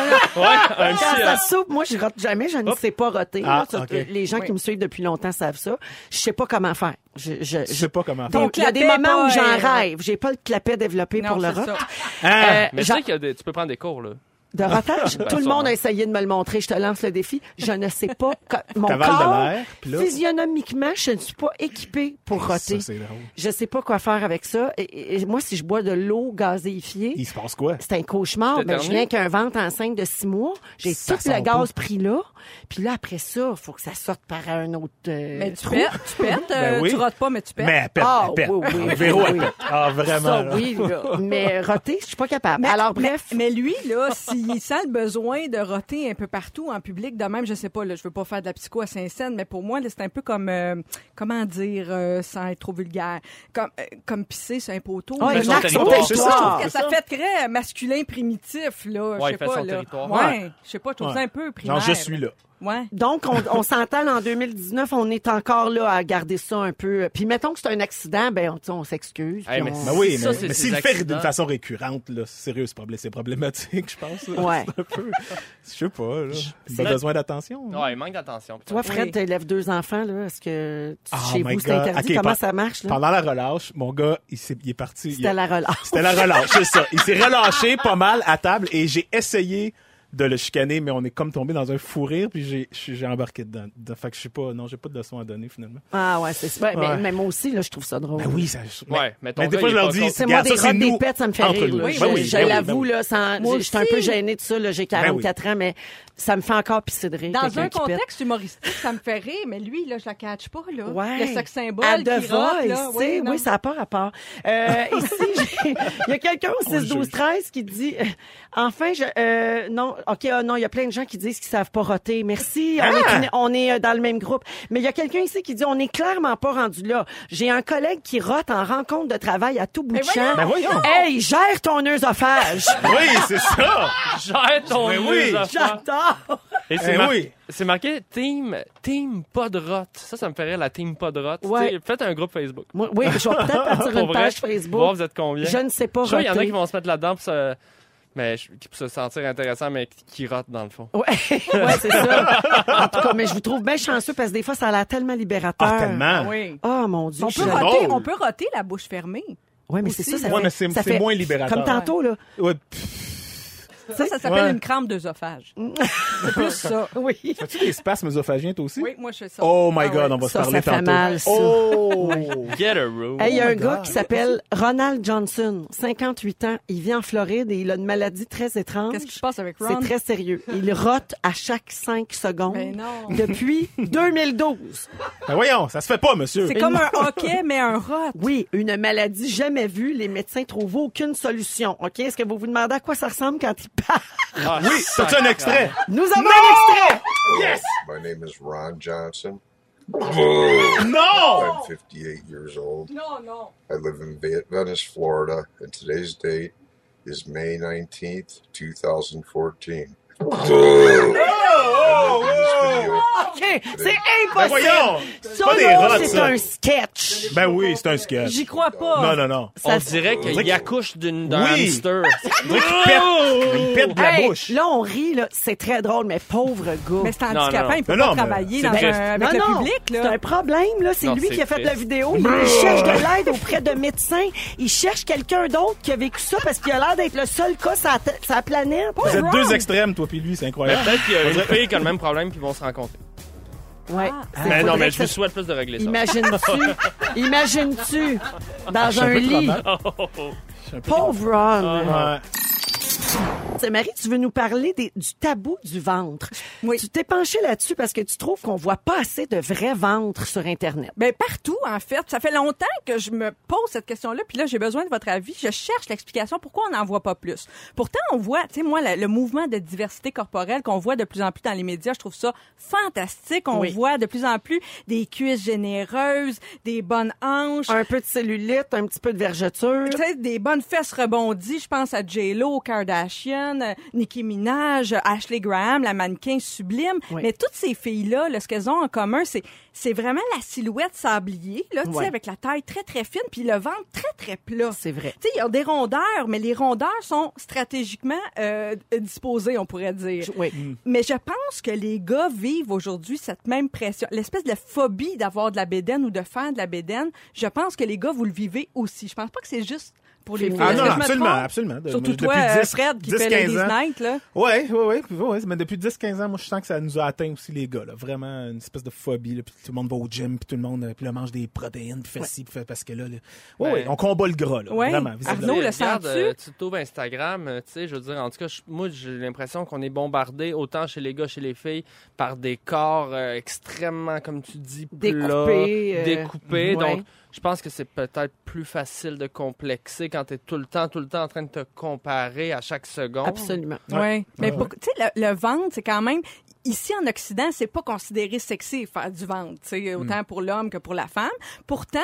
Speaker 4: un
Speaker 1: Quand
Speaker 4: petit.
Speaker 1: ça
Speaker 4: euh,
Speaker 1: soupe, moi, je rote jamais, je ne sais pas roter.
Speaker 3: Ah,
Speaker 1: là. Ça,
Speaker 3: ok.
Speaker 1: euh, Les gens qui me suivent depuis longtemps savent ça. Je sais pas comment faire. Je, je,
Speaker 3: Je sais pas comment faire.
Speaker 1: Donc, il y a des
Speaker 2: clapet,
Speaker 1: moments où
Speaker 2: pas,
Speaker 1: j'en
Speaker 2: euh,
Speaker 1: rêve. J'ai pas le clapet développé
Speaker 2: Non,
Speaker 1: pour le
Speaker 2: c'est
Speaker 1: rot.
Speaker 2: ça.
Speaker 3: Ah,
Speaker 1: Euh,
Speaker 4: mais tu
Speaker 1: j'en-
Speaker 4: sais qu'il y a des- tu peux prendre des cours, là.
Speaker 1: de
Speaker 3: Ben,
Speaker 1: rotage. Tout le
Speaker 4: sûrement.
Speaker 1: monde a essayé de me le montrer. Je te lance le défi. Je ne sais pas. co- Mon
Speaker 3: Cavale de
Speaker 1: corps,
Speaker 3: l'air, puis là-
Speaker 1: physionomiquement, je ne suis pas équipée pour roter.
Speaker 3: Ça, c'est drôle.
Speaker 1: Je sais pas quoi faire avec ça. Et- Et, et moi, si je bois de l'eau gazéifiée,
Speaker 3: Il se passe quoi?
Speaker 1: C'est un cauchemar. Ben, je
Speaker 4: T'éternues?
Speaker 1: viens qu'un ventre enceinte de six mois. J'ai tout
Speaker 3: Ça
Speaker 1: le
Speaker 3: sort
Speaker 1: gaz
Speaker 3: pas.
Speaker 1: pris là. Puis là, après ça, faut que ça sorte par un autre euh, Ben
Speaker 2: Mais tu
Speaker 1: trou.
Speaker 2: pètes, tu pètes, euh,
Speaker 3: oui.
Speaker 2: tu rotes pas, mais tu pètes.
Speaker 3: Mais elle pète,
Speaker 1: Ah,
Speaker 3: elle pète.
Speaker 1: oui, oui,
Speaker 3: Véro,
Speaker 1: oui,
Speaker 3: elle
Speaker 1: oui.
Speaker 3: pète. Ah, vraiment.
Speaker 1: Ça,
Speaker 3: là.
Speaker 1: oui, là. Mais roter, je suis pas capable.
Speaker 2: Mais-
Speaker 1: Alors,
Speaker 2: mais-
Speaker 1: bref.
Speaker 2: Mais, lui, là, s'il sent le besoin de roter un peu partout en public, de même, je sais pas, là, je veux pas faire de la psycho à Saint-Saëns, mais pour moi, là, c'est un peu comme, euh, comment dire, euh, sans être trop vulgaire, comme, euh, comme pisser sur un poteau.
Speaker 1: Ah,
Speaker 2: là.
Speaker 4: fait
Speaker 1: il
Speaker 4: son
Speaker 1: marque son
Speaker 4: territoire,
Speaker 2: Je
Speaker 3: c'est
Speaker 2: trouve
Speaker 1: territoire.
Speaker 2: que ça fait très masculin primitif, là.
Speaker 4: Ouais,
Speaker 2: je
Speaker 4: il
Speaker 2: sais
Speaker 4: fait
Speaker 2: pas,
Speaker 4: son
Speaker 2: là.
Speaker 4: territoire.
Speaker 2: Ouais, je sais pas, je trouve ça
Speaker 3: Ouais.
Speaker 2: un peu primaire.
Speaker 3: Genre, je suis là.
Speaker 2: Ouais.
Speaker 1: Donc, on, on s'entend en 2019, on est encore là à garder ça un peu. Puis mettons que c'est un accident, ben on, tu sais, on s'excuse. puis
Speaker 4: Hey, mais
Speaker 1: on-
Speaker 3: Ben oui,
Speaker 4: Ça,
Speaker 3: mais-
Speaker 4: c'est
Speaker 3: mais
Speaker 4: ses
Speaker 3: s'il le fait
Speaker 4: accidents.
Speaker 3: d'une façon récurrente, là, c'est sérieux, c'est problé- c'est problématique, je pense. là.
Speaker 1: Ouais.
Speaker 3: C'est un peu- Je sais pas, là. Il
Speaker 4: c'est-
Speaker 3: a besoin d'attention. là.
Speaker 4: Ouais, il manque d'attention.
Speaker 1: Tu vois, Fred,
Speaker 2: Oui.
Speaker 1: t'élèves deux enfants, là. Est-ce que tu-
Speaker 3: Oh
Speaker 1: chez
Speaker 3: my
Speaker 1: vous, c'est
Speaker 3: God.
Speaker 1: interdit?
Speaker 3: Ok,
Speaker 1: Comment
Speaker 3: pen-
Speaker 1: ça marche, là?
Speaker 3: Pendant la relâche, mon gars, il, s'est- il est parti. il
Speaker 1: C'était
Speaker 3: a-
Speaker 1: la relâche.
Speaker 3: C'était la relâche, c'est ça. Il s'est relâché pas mal à table et j'ai essayé de le chicaner, mais on est comme tombé dans un fou rire, puis j'ai- j'ai j'ai embarqué dedans. De- Fait que je sais pas, non, j'ai pas de leçon à donner finalement.
Speaker 1: Ah ouais, c'est ça. Ouais, Mais,
Speaker 3: Ouais.
Speaker 1: mais moi aussi, là, je trouve ça drôle.
Speaker 3: Ben oui, ça.
Speaker 4: Ouais, mais ton
Speaker 3: des
Speaker 4: gars,
Speaker 3: fois,
Speaker 4: il
Speaker 3: je
Speaker 4: est
Speaker 3: leur
Speaker 4: pas
Speaker 3: dis,
Speaker 4: contre.
Speaker 1: C'est moi,
Speaker 3: regarde,
Speaker 1: des
Speaker 3: ça, c'est
Speaker 1: robes des
Speaker 3: nous.
Speaker 1: pètes, ça me fait
Speaker 3: entre
Speaker 1: rire.
Speaker 3: nous.
Speaker 1: là.
Speaker 3: Ben
Speaker 1: je
Speaker 3: oui, ben
Speaker 1: je
Speaker 3: oui, ben
Speaker 1: l'avoue,
Speaker 3: oui.
Speaker 1: là, sans-
Speaker 2: Moi
Speaker 1: je suis un peu
Speaker 2: aussi.
Speaker 1: gênée de ça. là, J'ai 44 ans, mais ça me fait encore pisser de rire.
Speaker 2: Dans
Speaker 1: quelqu'un
Speaker 2: un
Speaker 1: qui pète.
Speaker 2: contexte humoristique, ça me fait rire, mais lui, là, je la catch pas, là.
Speaker 1: Ouais.
Speaker 2: Le sexe symbole
Speaker 1: À
Speaker 2: qui
Speaker 1: The
Speaker 2: rote, là.
Speaker 1: Voice, tu sais,
Speaker 2: non.
Speaker 1: oui, ça n'a pas rapport. Euh, ici, j'ai- il y a quelqu'un au 6 12 13 qui dit euh, enfin je euh, non, OK, ah non, il y a plein de gens qui disent qu'ils savent pas roter. Merci, on,
Speaker 4: Ah!
Speaker 1: est, une- on est euh, dans le même groupe. Mais il y a quelqu'un ici qui dit on est clairement pas rendu là. J'ai un collègue qui rote en rencontre de travail à tout bout de champ.
Speaker 3: Ben voyons.
Speaker 1: Hey, gère ton œsophage.
Speaker 3: Oui, c'est ça.
Speaker 4: Gère ton
Speaker 3: Ben
Speaker 4: nœud,
Speaker 3: oui.
Speaker 4: Zafar.
Speaker 1: J'adore.
Speaker 4: Et c'est
Speaker 3: Eh
Speaker 4: mar-
Speaker 3: oui.
Speaker 4: c'est marqué team, team pas de rot. Ça, ça me fait rire, la team pas de rot.
Speaker 1: Ouais.
Speaker 4: Tu sais, Faites un groupe Facebook.
Speaker 1: Moi, oui, je vais peut-être partir
Speaker 4: Pour
Speaker 1: une
Speaker 4: vrai,
Speaker 1: page
Speaker 4: voir
Speaker 1: Facebook.
Speaker 4: vous êtes combien.
Speaker 1: Je ne sais pas
Speaker 4: Je suis sûr, il y en a
Speaker 1: roter.
Speaker 4: qui vont se mettre là-dedans pour se, mais je- qui peut se sentir intéressant, mais qui- qui rote dans le fond.
Speaker 1: Ouais, ouais c'est ça. En tout cas, mais je vous trouve bien chanceux parce que des fois, ça a l'air tellement libérateur.
Speaker 3: Ah, tellement.
Speaker 2: Oui.
Speaker 1: Oh mon Dieu.
Speaker 2: On
Speaker 1: je
Speaker 2: peut,
Speaker 1: suis-
Speaker 3: rendre-
Speaker 2: roter,
Speaker 3: drôle.
Speaker 2: on peut roter la bouche fermée.
Speaker 1: Ouais, mais c'est
Speaker 2: aussi,
Speaker 1: ça, ça
Speaker 2: ouais,
Speaker 1: fait-
Speaker 3: mais c'est-
Speaker 1: ça
Speaker 3: c'est
Speaker 1: fait-
Speaker 3: moins libérateur.
Speaker 1: Comme tantôt, là.
Speaker 3: Ouais, pff,
Speaker 2: Ça, ça s'appelle
Speaker 3: Ouais.
Speaker 2: une crampe d'œsophage. C'est plus ça.
Speaker 1: Oui.
Speaker 3: As-tu des spasmes œsophagiens, toi aussi?
Speaker 2: Oui, moi, je fais ça. Ah
Speaker 3: Oh my God, on va
Speaker 1: Ça,
Speaker 3: se parler
Speaker 1: ça fait
Speaker 3: tantôt.
Speaker 1: mal, ça.
Speaker 3: Oh!
Speaker 4: Get a room.
Speaker 1: Hey, Il y a
Speaker 3: Oh
Speaker 1: un
Speaker 3: my
Speaker 1: gars
Speaker 3: God.
Speaker 1: qui s'appelle Ronald Johnson, 58 ans. Il vit en Floride et il a une maladie très étrange.
Speaker 2: Qu'est-ce qui se passe avec
Speaker 1: C'est
Speaker 2: Ron?
Speaker 1: très sérieux. Il rote à chaque 5 secondes
Speaker 2: Ben non.
Speaker 1: depuis 2012.
Speaker 3: Ben voyons, ça se fait pas, monsieur.
Speaker 2: C'est comme un hockey, mais un rot.
Speaker 1: Oui, une maladie jamais vue. Les médecins trouvent aucune solution. OK? Est-ce que vous vous demandez à quoi ça ressemble quand il parle?
Speaker 4: Ah,
Speaker 3: Oui,
Speaker 4: sacre.
Speaker 3: c'est un extrait.
Speaker 1: Nous avons un extrait!
Speaker 3: Yes!
Speaker 7: My name is Ron Johnson. I'm
Speaker 3: Non!
Speaker 7: 58 years old.
Speaker 2: Non, non.
Speaker 7: I live in Ve- Venice, Florida, and today's date is May 19th, 2014.
Speaker 1: OK, c'est
Speaker 3: Ben
Speaker 1: impossible!
Speaker 3: voyons!
Speaker 1: Ça,
Speaker 3: pas des
Speaker 1: là,
Speaker 3: rottes,
Speaker 1: c'est
Speaker 3: ça.
Speaker 1: un sketch.
Speaker 3: Ben oui, c'est un sketch.
Speaker 2: J'y crois pas.
Speaker 3: Non, non, non.
Speaker 1: Ça-
Speaker 4: On dirait qu'il
Speaker 3: qu'il-
Speaker 4: accouche d'une d'un
Speaker 3: Oui.
Speaker 4: hamster.
Speaker 3: On dirait qu'il pète, il pète de la
Speaker 1: Hey,
Speaker 3: bouche.
Speaker 1: Là, on rit, là. C'est très drôle, mais pauvre gars.
Speaker 2: Mais c'est
Speaker 4: Non,
Speaker 2: handicapant,
Speaker 4: non.
Speaker 2: il peut
Speaker 3: Non,
Speaker 2: pas
Speaker 3: non, mais
Speaker 2: travailler
Speaker 4: c'est
Speaker 2: dans un-
Speaker 4: triste.
Speaker 2: avec le public.
Speaker 1: C'est
Speaker 2: Là.
Speaker 1: un problème, là. C'est
Speaker 4: Non,
Speaker 1: lui
Speaker 4: c'est
Speaker 1: qui a fait
Speaker 4: triste.
Speaker 1: la vidéo. Il cherche de l'aide auprès de médecins. Il cherche quelqu'un d'autre qui a vécu ça parce qu'il a l'air d'être le seul cas sur la, te- sur la planète.
Speaker 3: Vous êtes
Speaker 2: Ron.
Speaker 3: deux extrêmes, toi puis lui, c'est
Speaker 4: Mais
Speaker 3: incroyable.
Speaker 4: peut-être qu'il y a une fille qui a le même problème puis ils vont se rencontrer.
Speaker 1: Ouais.
Speaker 2: Ah.
Speaker 1: C'est-
Speaker 4: mais Ben non,
Speaker 1: faudrait
Speaker 4: mais
Speaker 1: que
Speaker 4: je
Speaker 1: ça-
Speaker 4: vous souhaite plus de régler ça.
Speaker 1: Imagines-tu, imagines-tu, dans un lit, pauvre Ron.
Speaker 3: Ouais.
Speaker 1: C'est Marie, tu veux nous parler des- du tabou du ventre.
Speaker 2: Oui.
Speaker 1: Tu t'es penchée là-dessus parce que tu trouves qu'on voit pas assez de vrais ventres sur Internet.
Speaker 2: Ben partout en fait, ça fait longtemps que je me pose cette question-là, puis là j'ai besoin de votre avis. Je cherche l'explication pourquoi on n'en voit pas plus. Pourtant on voit, tu sais moi la- le mouvement de diversité corporelle qu'on voit de plus en plus dans les médias, je trouve ça fantastique. On
Speaker 1: Oui.
Speaker 2: voit de plus en plus des cuisses généreuses, des bonnes hanches.
Speaker 1: Un peu de cellulite, un petit peu de vergeture.
Speaker 2: Tu sais, des bonnes fesses rebondies. Je pense à J-Lo, Kardashian, euh, Nicki Minaj, euh, Ashley Graham, la mannequin sublime.
Speaker 1: Oui.
Speaker 2: Mais toutes ces filles-là, là, ce qu'elles ont en commun, c'est c'est vraiment la silhouette sablier, là, tu sais,
Speaker 1: Ouais.
Speaker 2: avec la taille très, très fine, puis le ventre très, très plat.
Speaker 1: C'est vrai.
Speaker 2: Tu sais, il y a des rondeurs, mais les rondeurs sont stratégiquement euh, disposées, on pourrait dire.
Speaker 1: Je- Oui.
Speaker 3: Mm.
Speaker 2: Mais je pense que les gars vivent aujourd'hui cette même pression, l'espèce de phobie d'avoir de la bédaine ou de faire de la bédaine. Je pense que les gars, vous le vivez aussi. Je pense pas que c'est juste pour les filles.
Speaker 3: Ah non,
Speaker 2: Est-ce que je me
Speaker 3: absolument,
Speaker 2: trompe?
Speaker 3: absolument. De-
Speaker 2: Surtout
Speaker 3: depuis
Speaker 2: toi, euh,
Speaker 3: 10,
Speaker 2: Fred, qui
Speaker 3: 10,
Speaker 2: fait
Speaker 3: 15
Speaker 2: Ladies
Speaker 3: ans.
Speaker 2: Night, là.
Speaker 3: Ouais, ouais, ouais, ouais, ouais, mais depuis 10-15 ans, moi, je sens que ça nous a atteint aussi, les gars, là. Vraiment, une espèce de phobie, là. Puis tout le monde va au gym, puis tout le monde, euh, puis là, mange des protéines, puis fait ci, puis fait parce que là, là. Ouais,
Speaker 4: Ben-
Speaker 3: ouais, on combat le gras, là.
Speaker 2: Ouais.
Speaker 3: Vraiment,
Speaker 2: Arnaud,
Speaker 3: visiblement.
Speaker 2: le
Speaker 4: Regarde,
Speaker 2: sens-tu?
Speaker 4: euh, tu trouves Instagram, euh, tu sais, je veux dire, en tout cas, je- moi, j'ai l'impression qu'on est bombardé, autant chez les gars, chez les filles, par des corps euh, extrêmement, comme tu dis, plats,
Speaker 1: Découpés, euh,
Speaker 4: découpés.
Speaker 1: ouais.
Speaker 4: Donc, je pense que c'est peut-être plus facile de complexer quand tu es tout le temps, tout le temps en train de te comparer à chaque seconde.
Speaker 1: Absolument.
Speaker 3: Ouais. Ah
Speaker 2: Ouais. Mais
Speaker 3: Ouais.
Speaker 2: pour- tu sais, le, le ventre, c'est quand même. Ici, en Occident, c'est pas considéré sexy faire du ventre, tu
Speaker 3: Hmm.
Speaker 2: sais, autant pour l'homme que pour la femme. Pourtant,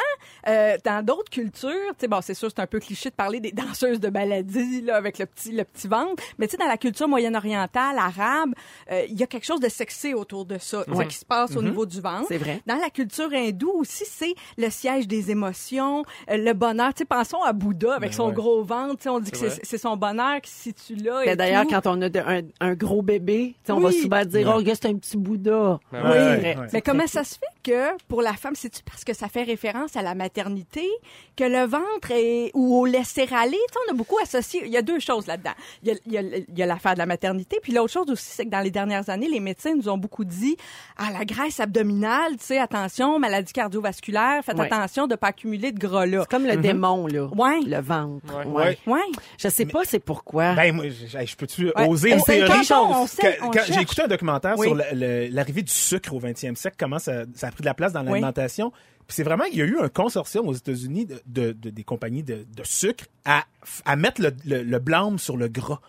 Speaker 2: euh, dans d'autres cultures, tu sais, bon, c'est sûr, c'est un peu cliché de parler des danseuses de maladie, là, avec le petit, le petit ventre. Mais tu sais, dans la culture moyenne-orientale, arabe, euh, il y a quelque chose de sexy autour de ça, tu sais, qui se passe
Speaker 3: Mm-hmm.
Speaker 2: au niveau du ventre.
Speaker 1: C'est vrai.
Speaker 2: Dans la culture hindoue aussi, c'est le siège des émotions, euh, le bonheur. Tu sais, pensons à Bouddha avec
Speaker 3: Ben
Speaker 2: son
Speaker 3: ouais.
Speaker 2: gros ventre. tu sais, On dit que
Speaker 4: C'est
Speaker 2: c'est c'est son bonheur qui se situe là.
Speaker 1: Mais
Speaker 2: et
Speaker 1: Ben d'ailleurs,
Speaker 2: tout.
Speaker 1: quand on a de- un, un gros bébé, tu sais, on
Speaker 2: Oui.
Speaker 1: va souvent dire Oh, regarde, c'est un petit Bouddha.
Speaker 4: Ouais,
Speaker 1: Oui,
Speaker 3: ouais,
Speaker 1: c'est vrai.
Speaker 3: ouais.
Speaker 2: Mais comment ça se fait que pour la femme, c'est-tu parce que ça fait référence à la maternité, que le ventre est, ou au laisser-aller? Tu sais, on a beaucoup associé. Il y a deux choses là-dedans. Il y a- il y a, il y a l'affaire de la maternité. Puis l'autre chose aussi, c'est que dans les dernières années, les médecins nous ont beaucoup dit à la graisse abdominale, tu sais, attention, maladie cardiovasculaire, faites
Speaker 1: Ouais.
Speaker 2: attention de ne pas accumuler de gras là.
Speaker 1: C'est comme le démon, là.
Speaker 2: Ouais.
Speaker 1: Le ventre.
Speaker 4: Ouais.
Speaker 1: Ouais.
Speaker 2: Ouais.
Speaker 1: Je sais pas c'est pourquoi.
Speaker 3: Ben, moi, je, je- je peux-tu
Speaker 2: Ouais.
Speaker 3: oser
Speaker 2: On
Speaker 3: une
Speaker 2: sait
Speaker 3: théorie?
Speaker 2: quand on- on sait,
Speaker 3: Que-
Speaker 2: on
Speaker 3: quand-
Speaker 2: cherche.
Speaker 3: J'ai écouté un documentaire
Speaker 2: Oui.
Speaker 3: sur le- le- l'arrivée du sucre au 20e siècle, comment ça, ça a pris de la place dans l'alimentation. Puis c'est vraiment, il y a eu un consortium aux États-Unis de, de- de- des compagnies de, de sucre à, à mettre le, le, le blâme sur le gras.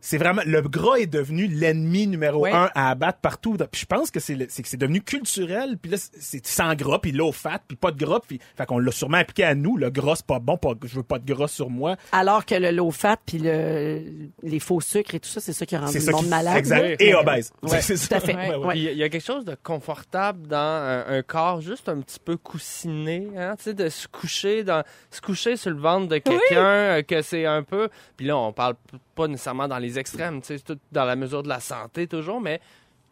Speaker 3: C'est vraiment le gras est devenu l'ennemi numéro
Speaker 2: Mm-hmm. Oui.
Speaker 3: un à abattre partout. Puis je pense que c'est le- c'est que c'est devenu culturel. Puis là c'est- c'est sans gras, puis low fat, puis pas de gras. Puis fait qu'on l'a sûrement appliqué à nous. Le gras c'est pas bon. Pas, je veux pas de gras sur moi.
Speaker 1: Alors que le low fat puis le, les faux sucres et tout ça, c'est ça qui a rendu
Speaker 3: C'est
Speaker 1: le
Speaker 3: ça
Speaker 1: monde
Speaker 3: qui-
Speaker 1: malade.
Speaker 3: exact.
Speaker 1: là.
Speaker 3: Et obèse.
Speaker 1: Ouais,
Speaker 3: C'est
Speaker 1: tout
Speaker 3: ça.
Speaker 1: à fait.
Speaker 3: Ouais, ouais.
Speaker 1: Ouais.
Speaker 4: Il y, a- il y a quelque chose de confortable dans un, un corps juste un petit peu coussiné, hein, tu sais, de se coucher dans, se coucher sur le ventre de quelqu'un, euh, que c'est un peu. Puis là, on parle p- pas nécessairement dans les extrêmes, tu sais, c'est tout dans la mesure de la santé toujours, mais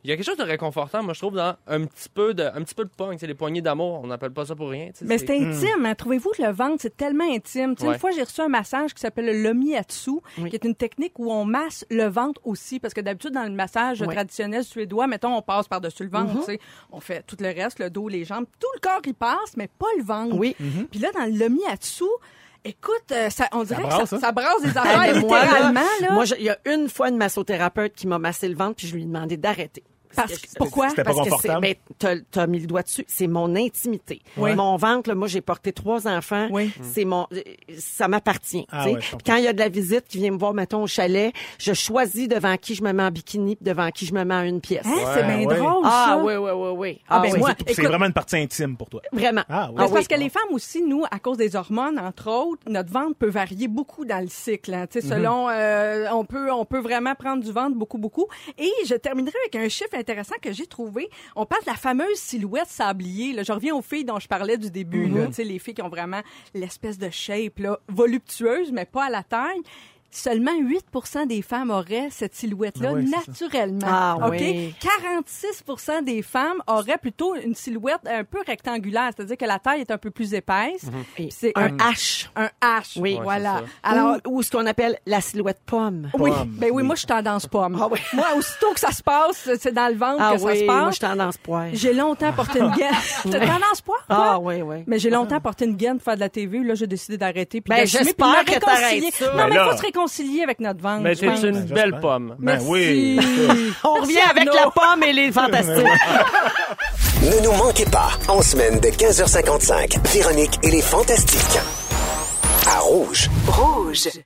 Speaker 4: il y a quelque chose de réconfortant, moi, je trouve, dans un petit peu de, un petit peu de punk, tu sais, les poignées d'amour, on n'appelle pas ça pour rien. tu sais,
Speaker 2: Mais c'est
Speaker 1: Mm.
Speaker 2: intime, hein. trouvez-vous que le ventre, c'est tellement intime. Tu sais,
Speaker 4: Ouais.
Speaker 2: Une fois, j'ai reçu un massage qui s'appelle le lomiatsu, qui est une technique où on masse le ventre aussi, parce que d'habitude, dans le massage
Speaker 1: Ouais. Mm-hmm.
Speaker 2: traditionnel suédois, mettons, on passe par-dessus le ventre, tu sais. on fait tout le reste, le dos, les jambes, tout le corps, il passe, mais pas le ventre.
Speaker 1: Oui.
Speaker 2: Puis là, dans le lomiatsu, écoute, euh, ça, on dirait que
Speaker 3: brasse,
Speaker 2: ça,
Speaker 3: hein?
Speaker 2: ça brasse des
Speaker 1: Ah,
Speaker 2: affaires
Speaker 1: mais moi, là,
Speaker 2: littéralement. là.
Speaker 1: Moi, je- il y a une fois une massothérapeute qui m'a massé le ventre, puis je lui ai demandé d'arrêter.
Speaker 2: Parce que- ben, pourquoi?
Speaker 3: C'était pas
Speaker 1: Parce que c'est,
Speaker 3: confortable.
Speaker 1: mais t'as, t'as mis le doigt dessus. C'est mon intimité. Mon ventre, là, moi, j'ai porté trois enfants.
Speaker 2: Oui.
Speaker 1: C'est mon, euh, ça m'appartient.
Speaker 3: Ah
Speaker 1: tu sais.
Speaker 3: ouais, je comprends.
Speaker 1: Quand il y a de la visite qui vient me voir, mettons, au chalet, je choisis devant qui je me mets en bikini, puis devant qui je me mets en une pièce.
Speaker 2: Hein, c'est bien
Speaker 3: Ouais, ouais.
Speaker 2: drôle,
Speaker 1: Ah
Speaker 2: ça.
Speaker 1: oui, oui, oui, oui.
Speaker 2: Ah,
Speaker 1: Ah,
Speaker 2: ben
Speaker 1: oui.
Speaker 2: moi,
Speaker 3: C'est
Speaker 2: écoute-
Speaker 3: vraiment une partie intime pour toi.
Speaker 1: Vraiment.
Speaker 3: Ah oui.
Speaker 2: Mais
Speaker 3: Ah
Speaker 2: c'est parce que les femmes aussi, nous, à cause des hormones, entre autres, notre ventre peut varier beaucoup dans le cycle. hein.
Speaker 3: Mm-hmm.
Speaker 2: Tu sais, Selon, euh, on peut, on peut vraiment prendre du ventre beaucoup, beaucoup. Et je terminerai avec un chiffre intéressant que j'ai trouvé. On parle de la fameuse silhouette sablier. Là, je reviens aux filles dont je parlais du début.
Speaker 3: Mm-hmm.
Speaker 2: là. Tu sais, les filles qui ont vraiment l'espèce de shape là, voluptueuse, mais pas à la taille. Seulement 8 des femmes auraient cette silhouette-là
Speaker 3: Ah ouais, c'est ça.
Speaker 2: naturellement.
Speaker 1: Ah
Speaker 2: OK?
Speaker 1: oui.
Speaker 2: 46 des femmes auraient plutôt une silhouette un peu rectangulaire, c'est-à-dire que la taille est un peu plus épaisse. Puis C'est
Speaker 1: un
Speaker 2: un,
Speaker 1: H.
Speaker 2: un H.
Speaker 1: Oui. Ouais,
Speaker 2: voilà.
Speaker 4: c'est ça.
Speaker 1: Alors,
Speaker 2: Alors,
Speaker 1: ou, ou ce qu'on appelle la silhouette pomme.
Speaker 2: oui,
Speaker 3: Pomme.
Speaker 2: ben oui, moi, je suis tendance pomme.
Speaker 1: Ah oui.
Speaker 2: Moi, aussitôt que ça se passe, c'est dans le ventre
Speaker 1: Ah
Speaker 2: que ça
Speaker 1: oui,
Speaker 2: se
Speaker 1: moi, je
Speaker 2: passe.
Speaker 1: suis tendance poire.
Speaker 2: J'ai longtemps porté une gaine. T'as tendance poire, toi?
Speaker 1: Ah oui, oui.
Speaker 2: Mais j'ai longtemps porté une gaine pour faire de la TV. Là, j'ai décidé d'arrêter. puis
Speaker 1: Ben,
Speaker 2: d'assumer, puis de
Speaker 1: j'espère
Speaker 2: me
Speaker 1: que t'arrêtes
Speaker 2: réconcilier.
Speaker 1: ça.
Speaker 2: Non,
Speaker 3: Ben
Speaker 2: mais il faut
Speaker 3: là.
Speaker 2: se réconcilier avec notre ventre.
Speaker 4: Mais
Speaker 2: je
Speaker 4: t'es
Speaker 2: pense.
Speaker 4: une
Speaker 3: Ben,
Speaker 4: belle
Speaker 3: j'espère.
Speaker 4: pomme.
Speaker 3: Ben oui.
Speaker 1: On revient avec
Speaker 2: Arnaud.
Speaker 1: la pomme et les fantastiques.
Speaker 8: Ne nous manquez pas, en semaine de 15h55, Véronique et les Fantastiques. À Rouge.
Speaker 9: Rouge.